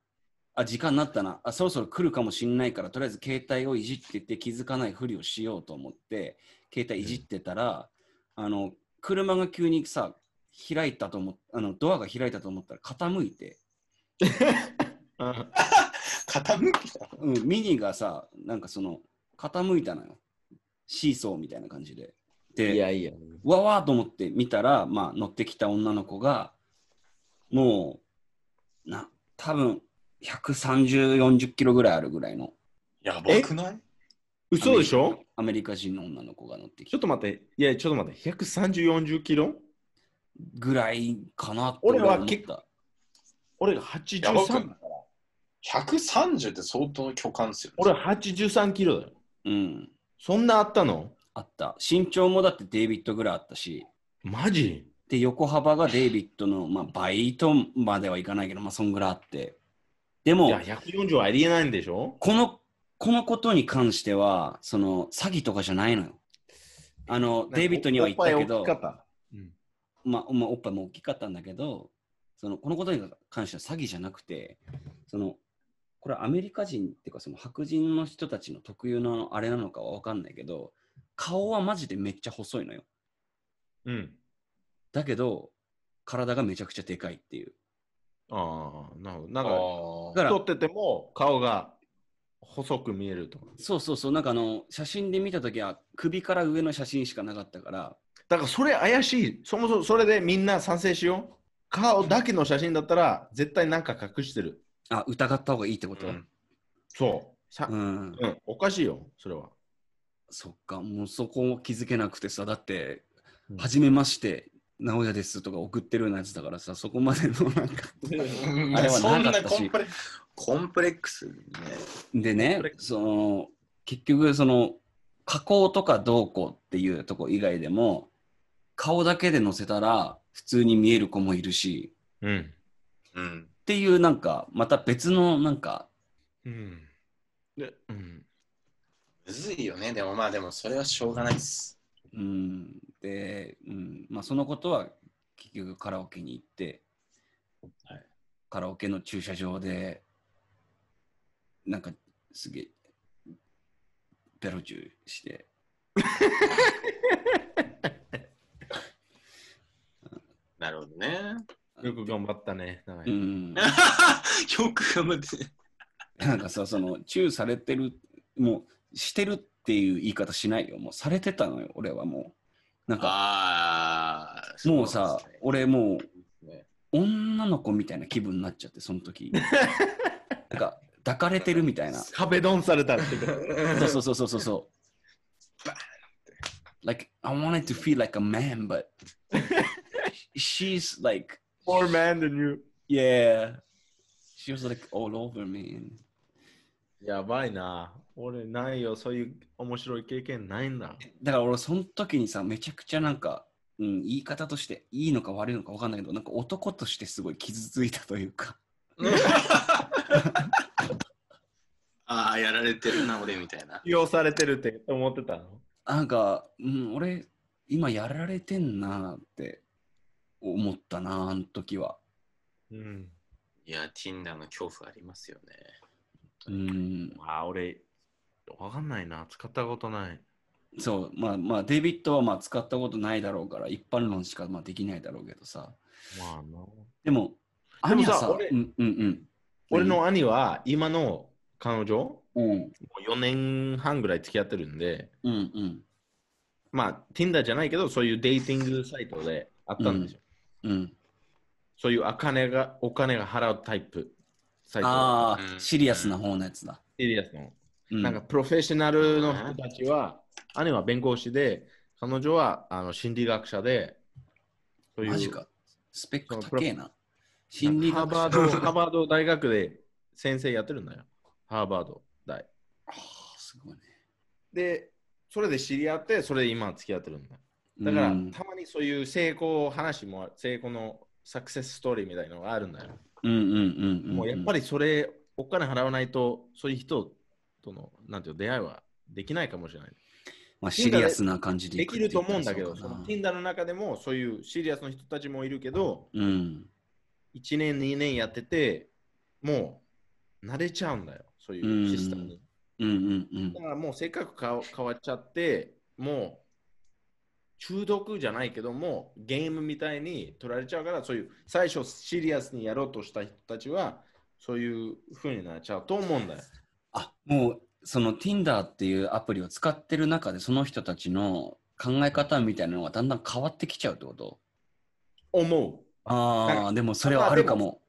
Speaker 2: ああ時間になったなあそろそろ来るかもしんないからとりあえず携帯をいじってて気づかないふりをしようと思って携帯いじってたら、あの車が急にさ開いたと思っあのドアが開いたと思ったら傾いて、
Speaker 3: うん
Speaker 4: 傾きだ
Speaker 2: うん、ミニがさなんかその傾いたのよシーソーみたいな感じでで
Speaker 3: いやいや。
Speaker 2: わわーと思って見たら、まあ、乗ってきた女の子が、もう、な、多分130、40キロぐらいあるぐらいの
Speaker 4: やばくない
Speaker 3: 嘘でしょ
Speaker 2: アメリカ人の女の子が乗ってき
Speaker 3: ち
Speaker 2: た
Speaker 3: ょっと待って、いや、ちょっと待って、130、40キロ
Speaker 2: ぐらいかなって思っ
Speaker 3: 俺は結
Speaker 2: た。
Speaker 3: 俺
Speaker 4: やばく
Speaker 3: 83
Speaker 4: な、い130って相当の巨漢っすよね、
Speaker 3: 俺83キロだよ。
Speaker 2: うん、
Speaker 3: そんなあったの
Speaker 2: あった。身長もだってデイビッドぐらいあったし、
Speaker 3: マジ
Speaker 2: で、横幅がデイビッドの、まあ、倍とまではいかないけど、まあ、そんぐらいあって。で
Speaker 3: い
Speaker 2: も
Speaker 3: や、、140はありえないんでしょ
Speaker 2: この、このことに関しては、その、詐欺とかじゃないのよ。あの、デイビッドには言ったけ
Speaker 3: お
Speaker 2: ど
Speaker 3: っぱい大き、かった
Speaker 2: まあ、まあ、おっぱいも大きかったんだけど、その、このことに関しては詐欺じゃなくて、その、これはアメリカ人っていうか、その白人の人たちの特有のあれなのかはわかんないけど、顔はマジでめっちゃ細いのよ。
Speaker 3: うん。
Speaker 2: だけど、体がめちゃくちゃでかいっていう。
Speaker 3: ああ、なるほど。な
Speaker 4: あ
Speaker 3: んか、
Speaker 2: だ
Speaker 4: ー
Speaker 2: から
Speaker 3: 太ってても顔が細く見えるとか。
Speaker 2: そうそうそう、なんかあの、写真で見たときは、首から上の写真しかなかったから、
Speaker 3: だからそれ怪しい。そもそもそれでみんな賛成しよう。顔だけの写真だったら絶対なんか隠してる。
Speaker 2: あ、疑った方がいいってこと、
Speaker 4: うん
Speaker 3: そさ
Speaker 2: うん。
Speaker 3: うん、おかしいよ、それは。
Speaker 2: そっか、もうそこを気づけなくてさ、だって
Speaker 3: う、ん
Speaker 2: はじめまして、直哉ですとか送ってるようなやつだからさ、そこまでのなんか。あれは
Speaker 4: そん
Speaker 2: なか
Speaker 4: な
Speaker 2: ったし
Speaker 4: コンプレコンプレックスね。
Speaker 2: でね
Speaker 4: これ、
Speaker 2: その、結局、その、加工とかどうこうっていうとこ以外でも、顔だけで載せたら、普通に見える子もいるし、
Speaker 3: うん。
Speaker 4: うん。
Speaker 2: っていうなんか、また別のなんか、
Speaker 3: うん。で、うん。
Speaker 4: むずいよね。でもまあでもそれはしょうがないっす。
Speaker 2: うん、で、うん、まあそのことは結局カラオケに行って、
Speaker 4: はい
Speaker 2: カラオケの駐車場で、なんかすげえ、ベロチューして、
Speaker 4: なるほど ね。
Speaker 3: よく頑張ったね。長
Speaker 2: う
Speaker 3: い
Speaker 2: ん、
Speaker 4: よく頑張って。
Speaker 2: なんかさ、その、チューされてる、もう、してるっていう言い方しないよ。もう、されてたのよ、俺はもう。なんか、
Speaker 4: ああ。
Speaker 2: もうさ、俺もう、
Speaker 4: そうですね
Speaker 2: 女の子みたいな気分になっちゃって、その時。なんか、抱かれてるみたいな。
Speaker 3: 壁ドンされたってこと。
Speaker 2: そうそうそうそうそう
Speaker 4: バーンっ。
Speaker 2: Like, I wanted to feel like a man, but she's like,
Speaker 3: More man than you.
Speaker 2: yeah. She was like all over me. and-
Speaker 3: やばいな。俺、ないよ。そういう面白い経験ないんだ。
Speaker 2: だから俺、その時にさ、めちゃくちゃなんか、うん、言い方としていいのか悪いのか分かんないけど、なんか男としてすごい傷ついたというか、
Speaker 4: ああ、やられてるな、俺みたいな。
Speaker 3: 利用されてるって思ってたの
Speaker 2: なんか、うん、俺、今やられてんなって思ったな、あの時は。
Speaker 3: うん。
Speaker 4: いや、Tinder の恐怖ありますよね。
Speaker 2: うん、
Speaker 3: あ、俺、わかんないな。使ったことない。
Speaker 2: そう、まあまあ、デイビッドはまあ使ったことないだろうから、一般論しかまあできないだろうけどさ。
Speaker 3: まあな。
Speaker 2: でも、
Speaker 3: でも
Speaker 2: 兄
Speaker 3: さ
Speaker 2: はさ、
Speaker 3: 俺
Speaker 2: うんうんうん。
Speaker 3: 俺の兄は、今の彼女、も
Speaker 2: うん、
Speaker 3: う4年半ぐらい付き合ってるんで、
Speaker 2: うんうん
Speaker 3: まあ、Tinder じゃないけど、そういうデーティングサイトであったんですよ。
Speaker 2: うん。
Speaker 3: そういうお金がお金が払うタイプサイト。
Speaker 2: あ
Speaker 4: うん
Speaker 2: あ、シリアスな方のやつだ。
Speaker 3: シリアスの。
Speaker 2: うん、
Speaker 3: なんか、プロフェッショナルの人たちは、姉は弁護士で、彼女はあの心理学者で、そういう
Speaker 2: マジか。スペック
Speaker 3: そうプロ
Speaker 2: 高えな。心理
Speaker 3: ハー
Speaker 2: 学
Speaker 3: バー
Speaker 2: 者
Speaker 3: ドハーバード大学で先生やってるんだよ。ハーバード大。
Speaker 2: あーすごいね。
Speaker 3: で、それで知り合って、それで今付き合ってるんだ。だから、
Speaker 2: うん、
Speaker 3: たまにそういう成功話もある、成功のサクセスストーリーみたいなのがあるんだよ。
Speaker 2: うんうんうんうん。
Speaker 3: もうやっぱ
Speaker 2: り、
Speaker 3: りそれ、お金払わないと、そういう人との、なんていうの出会いはできないかもしれない。
Speaker 2: まあ、シリアスな感じで
Speaker 3: で
Speaker 2: いく
Speaker 3: き
Speaker 2: って言
Speaker 3: る
Speaker 2: った
Speaker 3: と
Speaker 2: ら
Speaker 3: 思うんだけど、
Speaker 2: そ
Speaker 3: そう
Speaker 2: か
Speaker 3: の
Speaker 2: な
Speaker 3: Tinder の中でも、そういうシリアスの人たちもいるけど、
Speaker 2: うん。
Speaker 3: 1年、2年やってて、もう慣れちゃうんだよ、そういうシステムに。
Speaker 2: うんうんうん
Speaker 3: だ。からもうせっかくか変わっちゃって、もう中毒じゃないけども、ゲームみたいに取られちゃうから、そういう最初シリアスにやろうとした人たちは、そういう風になっちゃうと思うんだよ。
Speaker 2: あもうその Tinder っていうアプリを使ってる中でその人たちの考え方みたいなのがだんだん変わってきちゃうってこと
Speaker 3: 思う。なん
Speaker 2: ああ
Speaker 3: か
Speaker 2: でもそれはあるかも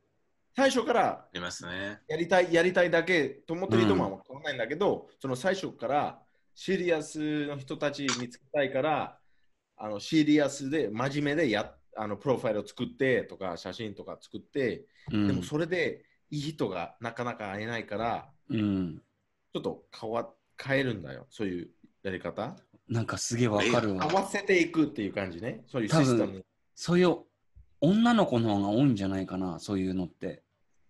Speaker 3: 最初から
Speaker 4: ありますね。
Speaker 3: やりたい、やりたいだけと思ってる人もわからないんだけど、その最初からシリアスの人たち見つけたいから、あのシリアスで真面目でやあのプロファイルを作ってとか写真とか作って、
Speaker 2: うん
Speaker 3: でもそれでいい人がなかなか会えないから、
Speaker 2: うん
Speaker 3: ちょっと変わ変えるんだよ、そういうやり方。
Speaker 2: なんかすげえわかる
Speaker 3: 合
Speaker 2: わ
Speaker 3: わせていくっていう感じね、そういうシステムに。
Speaker 2: そういう女の子の方が多いんじゃないかなそういうのって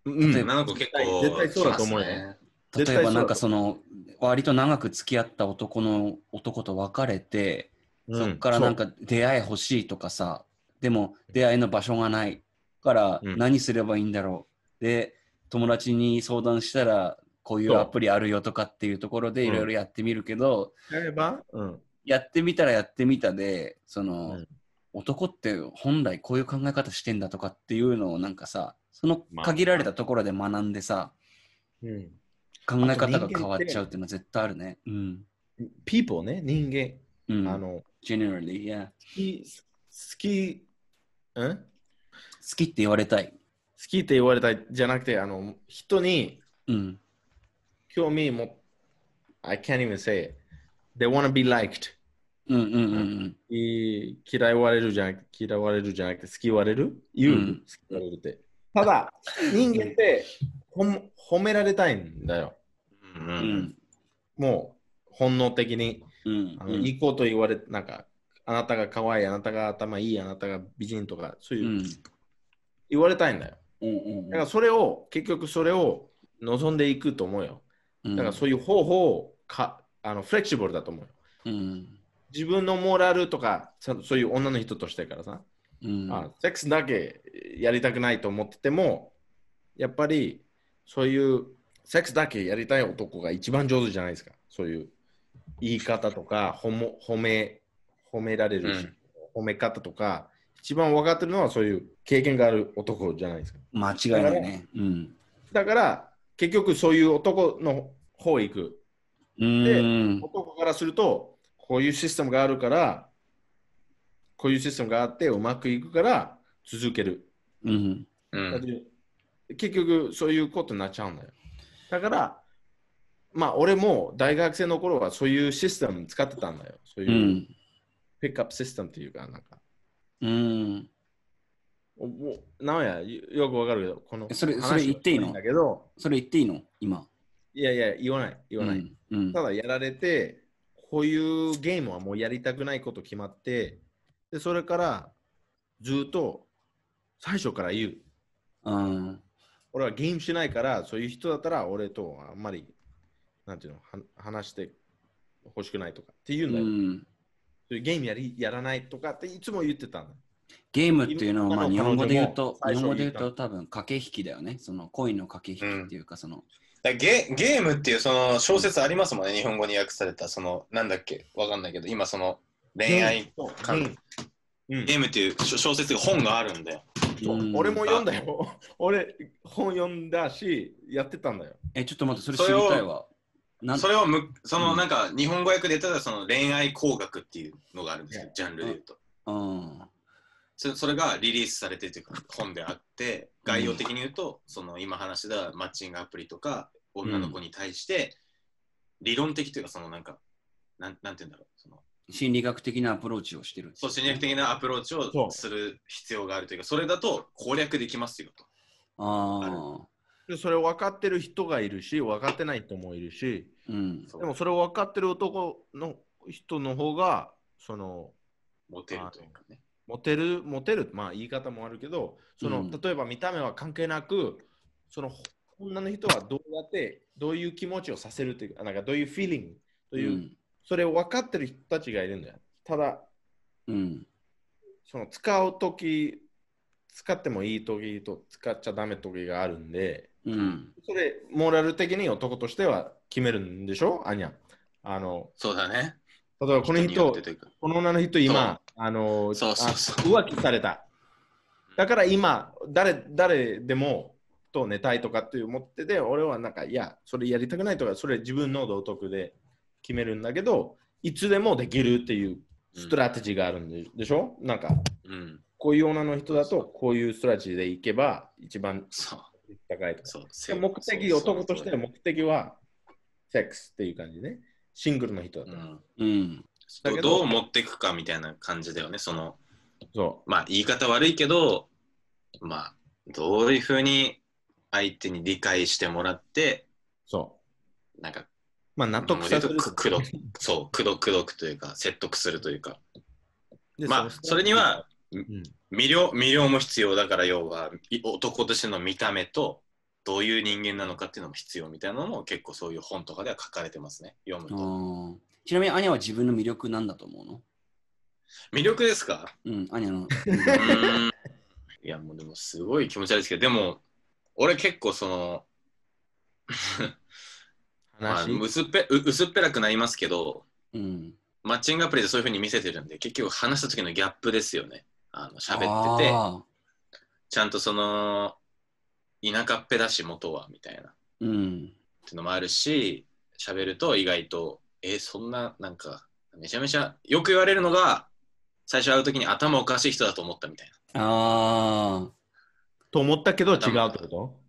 Speaker 3: うん
Speaker 2: 例えば
Speaker 4: 女の子結構、
Speaker 3: 絶対そうだと思うよ
Speaker 4: 来ますね。
Speaker 2: 例
Speaker 3: 絶対
Speaker 2: えば
Speaker 3: そうだ
Speaker 2: なんかその割と長く付き合った男の男と別れてそっからなん、
Speaker 3: う
Speaker 2: か出会い欲しいとかさ、でも出会いの場所がないから
Speaker 3: うん
Speaker 2: 何すればいいんだろう。で、友達に相談したらこういう
Speaker 3: そう
Speaker 2: アプリあるよとかっていうところで
Speaker 3: うん
Speaker 2: いろいろやってみるけど、
Speaker 3: そうやれば、うん、
Speaker 2: やってみたらやってみたで、その、
Speaker 3: うん
Speaker 2: 男って本来こういう考え方してんだとかっていうのをなんかさ、その
Speaker 3: まあ
Speaker 2: 限られたところで学んでさ、
Speaker 3: うん。
Speaker 2: 考え方が変わっちゃうっ
Speaker 3: あと人間
Speaker 2: ていうのは絶対あるね。うん。
Speaker 3: people ね、人間。
Speaker 2: うん、
Speaker 3: あの、
Speaker 2: generally, yeah.
Speaker 3: 好き、好き、ん好
Speaker 2: 好きって言われたい。
Speaker 3: きって言われたじゃなくて、あの、人に
Speaker 2: うん。
Speaker 3: 興味持 I can't even say it. They want to be liked.
Speaker 2: うんうんうん
Speaker 3: いい嫌いわれるじゃなく嫌われるじゃなくて好きわれる言う、
Speaker 2: うん
Speaker 3: 好きわれるって。ただ、人間ってほん褒められたいんだよ。
Speaker 4: うんう
Speaker 2: うんん。
Speaker 4: う
Speaker 2: うんん
Speaker 3: もう本能的に
Speaker 2: うん
Speaker 3: あ
Speaker 2: う
Speaker 3: の、
Speaker 2: ん
Speaker 3: いいこと言われて、なんか、あなたが可愛い、あなたが頭いい、あなたが美人とか、そう
Speaker 2: う
Speaker 3: いう、
Speaker 2: ん
Speaker 3: 言われたいんだよ。
Speaker 2: うん
Speaker 3: だからそれを、結局それを望んでいくと思うよ。
Speaker 2: うん
Speaker 3: だからそういう方法をかあのフレキシブルだと思うよ。
Speaker 2: うん
Speaker 3: 自分のモラルとか、そそういう女の人としてからさ、
Speaker 2: うん
Speaker 3: あセックスだけやりたくないと思ってても、やっぱりそういうセックスだけやりたい男が一番上手じゃないですか。そういう言い方とか、ほも褒め褒められるし、褒め方とか、一番分かってるのはそういう経験がある男じゃないですか。
Speaker 2: 間違いないね。うん。
Speaker 3: だから、結局そういう男の方へ行く。
Speaker 2: うん。
Speaker 3: 男からすると、こういうシステムがあるから、こういうシステムがあってうまくいくから続ける。
Speaker 2: うん。
Speaker 4: うん
Speaker 3: だって結局そういうことになっちゃうんだよ。だから、まあ俺も大学生の頃はそういうシステム使ってたんだよ。そう
Speaker 2: う。
Speaker 3: いうんピックアップシステムっていうか、なんか。
Speaker 2: うん。
Speaker 3: おもうなんや、よよくわかるけど、この
Speaker 2: それ
Speaker 3: 話
Speaker 2: それ言っていいの
Speaker 3: はんだけど、
Speaker 2: それ言っていいの今。
Speaker 3: いやいや、言わない、言わない。
Speaker 2: うん。
Speaker 3: ただやられて、こういうゲームはもうやりたくないこと決まって、でそれからずっと最初から言う。
Speaker 2: うん。
Speaker 3: 俺はゲームしないから、そういう人だったら俺とあんまり、なんていうの、は話してほしくないとかっていううんだよ。
Speaker 2: ん。
Speaker 3: そういうゲームやりやらないとかっていつも言ってたんだよ。
Speaker 2: ゲームっていうのは、まあ、日本語で言うと、
Speaker 3: 最
Speaker 2: 日
Speaker 3: 初
Speaker 2: 本語
Speaker 3: に
Speaker 2: で
Speaker 3: 言
Speaker 2: 言
Speaker 3: っ
Speaker 2: う
Speaker 3: た
Speaker 2: と多分駆け引きだよね。その恋の駆け引きっていうか、その、
Speaker 4: だゲゲームっていうその小説ありますもんね、日本語に訳された、そのなんだっけ、わかんないけど、今その恋愛、
Speaker 3: そう
Speaker 4: 感
Speaker 3: ゲームうん
Speaker 4: ゲームっていう小小説が本があるんで、
Speaker 2: うん
Speaker 3: 俺も読んだよ。 俺、本読んだし、やってたんだよ。
Speaker 2: え、ちょっと待って、それ知りたいわ。なん
Speaker 4: それをむそうの
Speaker 2: ん
Speaker 4: なんか日本語訳で言ったらその恋愛工学っていうのがあるんですけど、ジャンルで言うと。
Speaker 2: うん。
Speaker 4: そそれがリリースされてるというか本であって、概要的に言うと、その今話したマッチングアプリとか、女の子に対して、理論的というか、そのなんか、なんなんて言うんだろう、その
Speaker 2: 心理学的なアプローチをしてる。
Speaker 4: そう戦略的なアプローチ
Speaker 3: そ
Speaker 4: を
Speaker 3: う
Speaker 4: する必要があるというか、それだと攻略できますよと。
Speaker 2: ああ。
Speaker 3: でそれを分かってる人がいるし、分かってない人もいるし、
Speaker 2: うん。
Speaker 4: そう
Speaker 3: でもそれを分かってる男の人の方が、その、
Speaker 4: モテるというかね。
Speaker 3: モテる、モテる、まあ言い方もあるけど、その、
Speaker 2: うん
Speaker 3: 例えば見た目は関係なく、そのほ女の人はどうやって、どういう気持ちをさせるというか、なんかどういうフィーリングと
Speaker 2: う
Speaker 3: いう、
Speaker 2: ん。
Speaker 3: それを分かってる人たちがいるんだよ。ただ、
Speaker 2: うん。
Speaker 3: その使うとき、使ってもいいときと使っちゃダメときがあるんで、
Speaker 2: うん。
Speaker 3: それ、モラル的に男としては決めるんでしょアニャ。あの、
Speaker 4: そうだね。
Speaker 3: 例えばこの
Speaker 4: 人によっ
Speaker 3: 人
Speaker 4: て、というか
Speaker 3: この女の人今、あの、
Speaker 4: そうそうそう
Speaker 3: あ浮気された。だから今、誰、誰でもと寝たいとかって思ってて、俺はなんか、いや、それやりたくないとか、それ自分の道徳で決めるんだけど、いつでもできるっていうストラテジーがあるんで,、でしょなんか、
Speaker 4: うん。
Speaker 3: こういう女の人だと、こういうストラテジーでいけば一番
Speaker 4: そう。
Speaker 3: 高いとか。
Speaker 4: そう。せ
Speaker 3: で目的、
Speaker 4: そうそう
Speaker 3: 男としての目的は、セックスっていう感じね。シングルの人だ
Speaker 4: う
Speaker 3: と。
Speaker 4: ん
Speaker 2: うん。
Speaker 3: だけ
Speaker 4: ど
Speaker 3: ど
Speaker 4: う持っていくかみたいな感じだよね。その、
Speaker 3: そ
Speaker 4: まあ言い方悪いけど、まあ、どういうふうに相手に理解してもらって、
Speaker 3: う。そう。
Speaker 4: なんか、
Speaker 3: まあ、納得させる
Speaker 4: まあ。くくどそう、くどくどくというか、説得するというか。
Speaker 3: で
Speaker 4: まあ、
Speaker 3: の
Speaker 4: それには、
Speaker 3: うん
Speaker 4: 魅了魅了も必要だから要はい男としての見た目とどういう人間なのかっていうのも必要みたいなのも結構そういう本とかでは書かれてますね読む
Speaker 2: あ
Speaker 4: と
Speaker 2: ーちなみに、アニャは自分の魅力なんだと思うの
Speaker 4: 魅力ですか
Speaker 2: うん、アニャの。
Speaker 4: うーんいやもうでもすごい気持ち悪いですけどでも俺結構その、まあ、
Speaker 3: 話
Speaker 4: 薄っぺう薄っぺらくなりますけど
Speaker 2: うん。
Speaker 4: マッチングアプリでそういうふうに見せてるんで結局話した時のギャップですよねあの喋ってて
Speaker 2: あ
Speaker 4: ちゃんとその田舎っぺだし元はみたいな
Speaker 2: ーうん。
Speaker 4: っていうのもあるし喋ると意外とえーそんななんかめちゃめちゃよく言われるのが最初会う時に頭おかしい人だと思ったみたいな
Speaker 2: ああ。
Speaker 3: と思ったけど違うってこと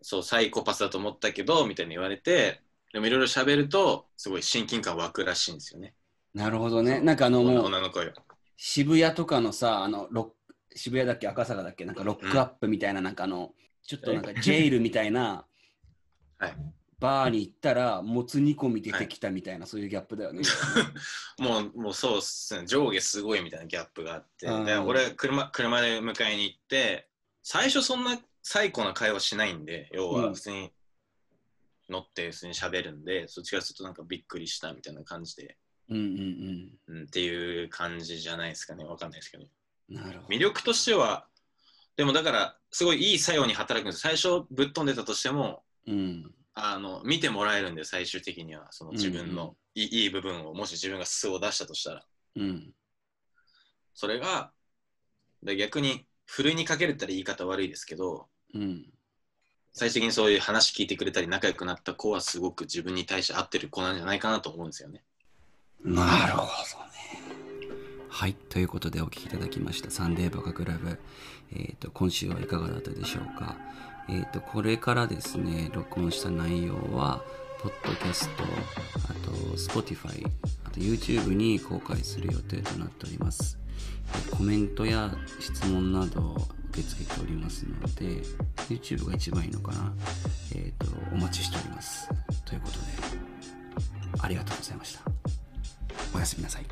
Speaker 4: そうサイコパスだと思ったけどみたいに言われてでもいろいろ喋ると、すごい親近感湧くらしいんですよね。
Speaker 2: なるほどね。なんかあの、もう
Speaker 4: 女の声を。
Speaker 2: 渋谷とかのさ、あの、ロック渋谷だっけ、赤坂だっけ、なんかロックアップみたいな、なんかあの、ちょっとなんかジェイルみたいな、
Speaker 4: はい
Speaker 2: バーに行ったら、もつ煮込み出てきたみたいな、そういうギャップだ よね。
Speaker 4: もう、もうそうっすね。上下すごいみたいなギャップがあって。
Speaker 2: うん
Speaker 4: で、俺、車、車で迎えに行って、最初そんな最高な会話しないんで、要
Speaker 2: う
Speaker 4: は
Speaker 2: ん
Speaker 4: 普通に乗って普通に喋るんで、そっちからするとなんかびっくりしたみたいな感じで、
Speaker 2: うんうん
Speaker 4: うん、っていう感じじゃないですかね。わかんないですけど。
Speaker 2: うん。なるほど。
Speaker 4: 魅力としては、でもだから、すごいいい作用に働くんです。最初ぶっ飛んでたとしても、
Speaker 2: うん。
Speaker 4: あの見てもらえるんで最終的にはその自
Speaker 2: う
Speaker 4: 分
Speaker 2: んう
Speaker 4: のいい,、いい部分をもし自分が素を出したとしたら
Speaker 2: うん。
Speaker 4: それがで逆にふるいにかけるって言ったら言い方悪いですけど
Speaker 2: うん。
Speaker 4: 最終的にそういう話聞いてくれたり仲良くなった子はすごく自分に対して合ってる子なんじゃないかなと思うんですよね。
Speaker 2: なるほどね。はい、ということでお聞きいただきましたサンデーバカクラブ。えっ、と、今週はいかがだったでしょうか。えっ、と、これからですね、録音した内容は、ポッドキャスト、あと、Spotify、あと YouTube に公開する予定となっております。えーコメントや質問などを受け付けておりますので、YouTube が一番いいのかな。えっ、と、お待ちしております。ということで、ありがとうございました。おやすみなさい。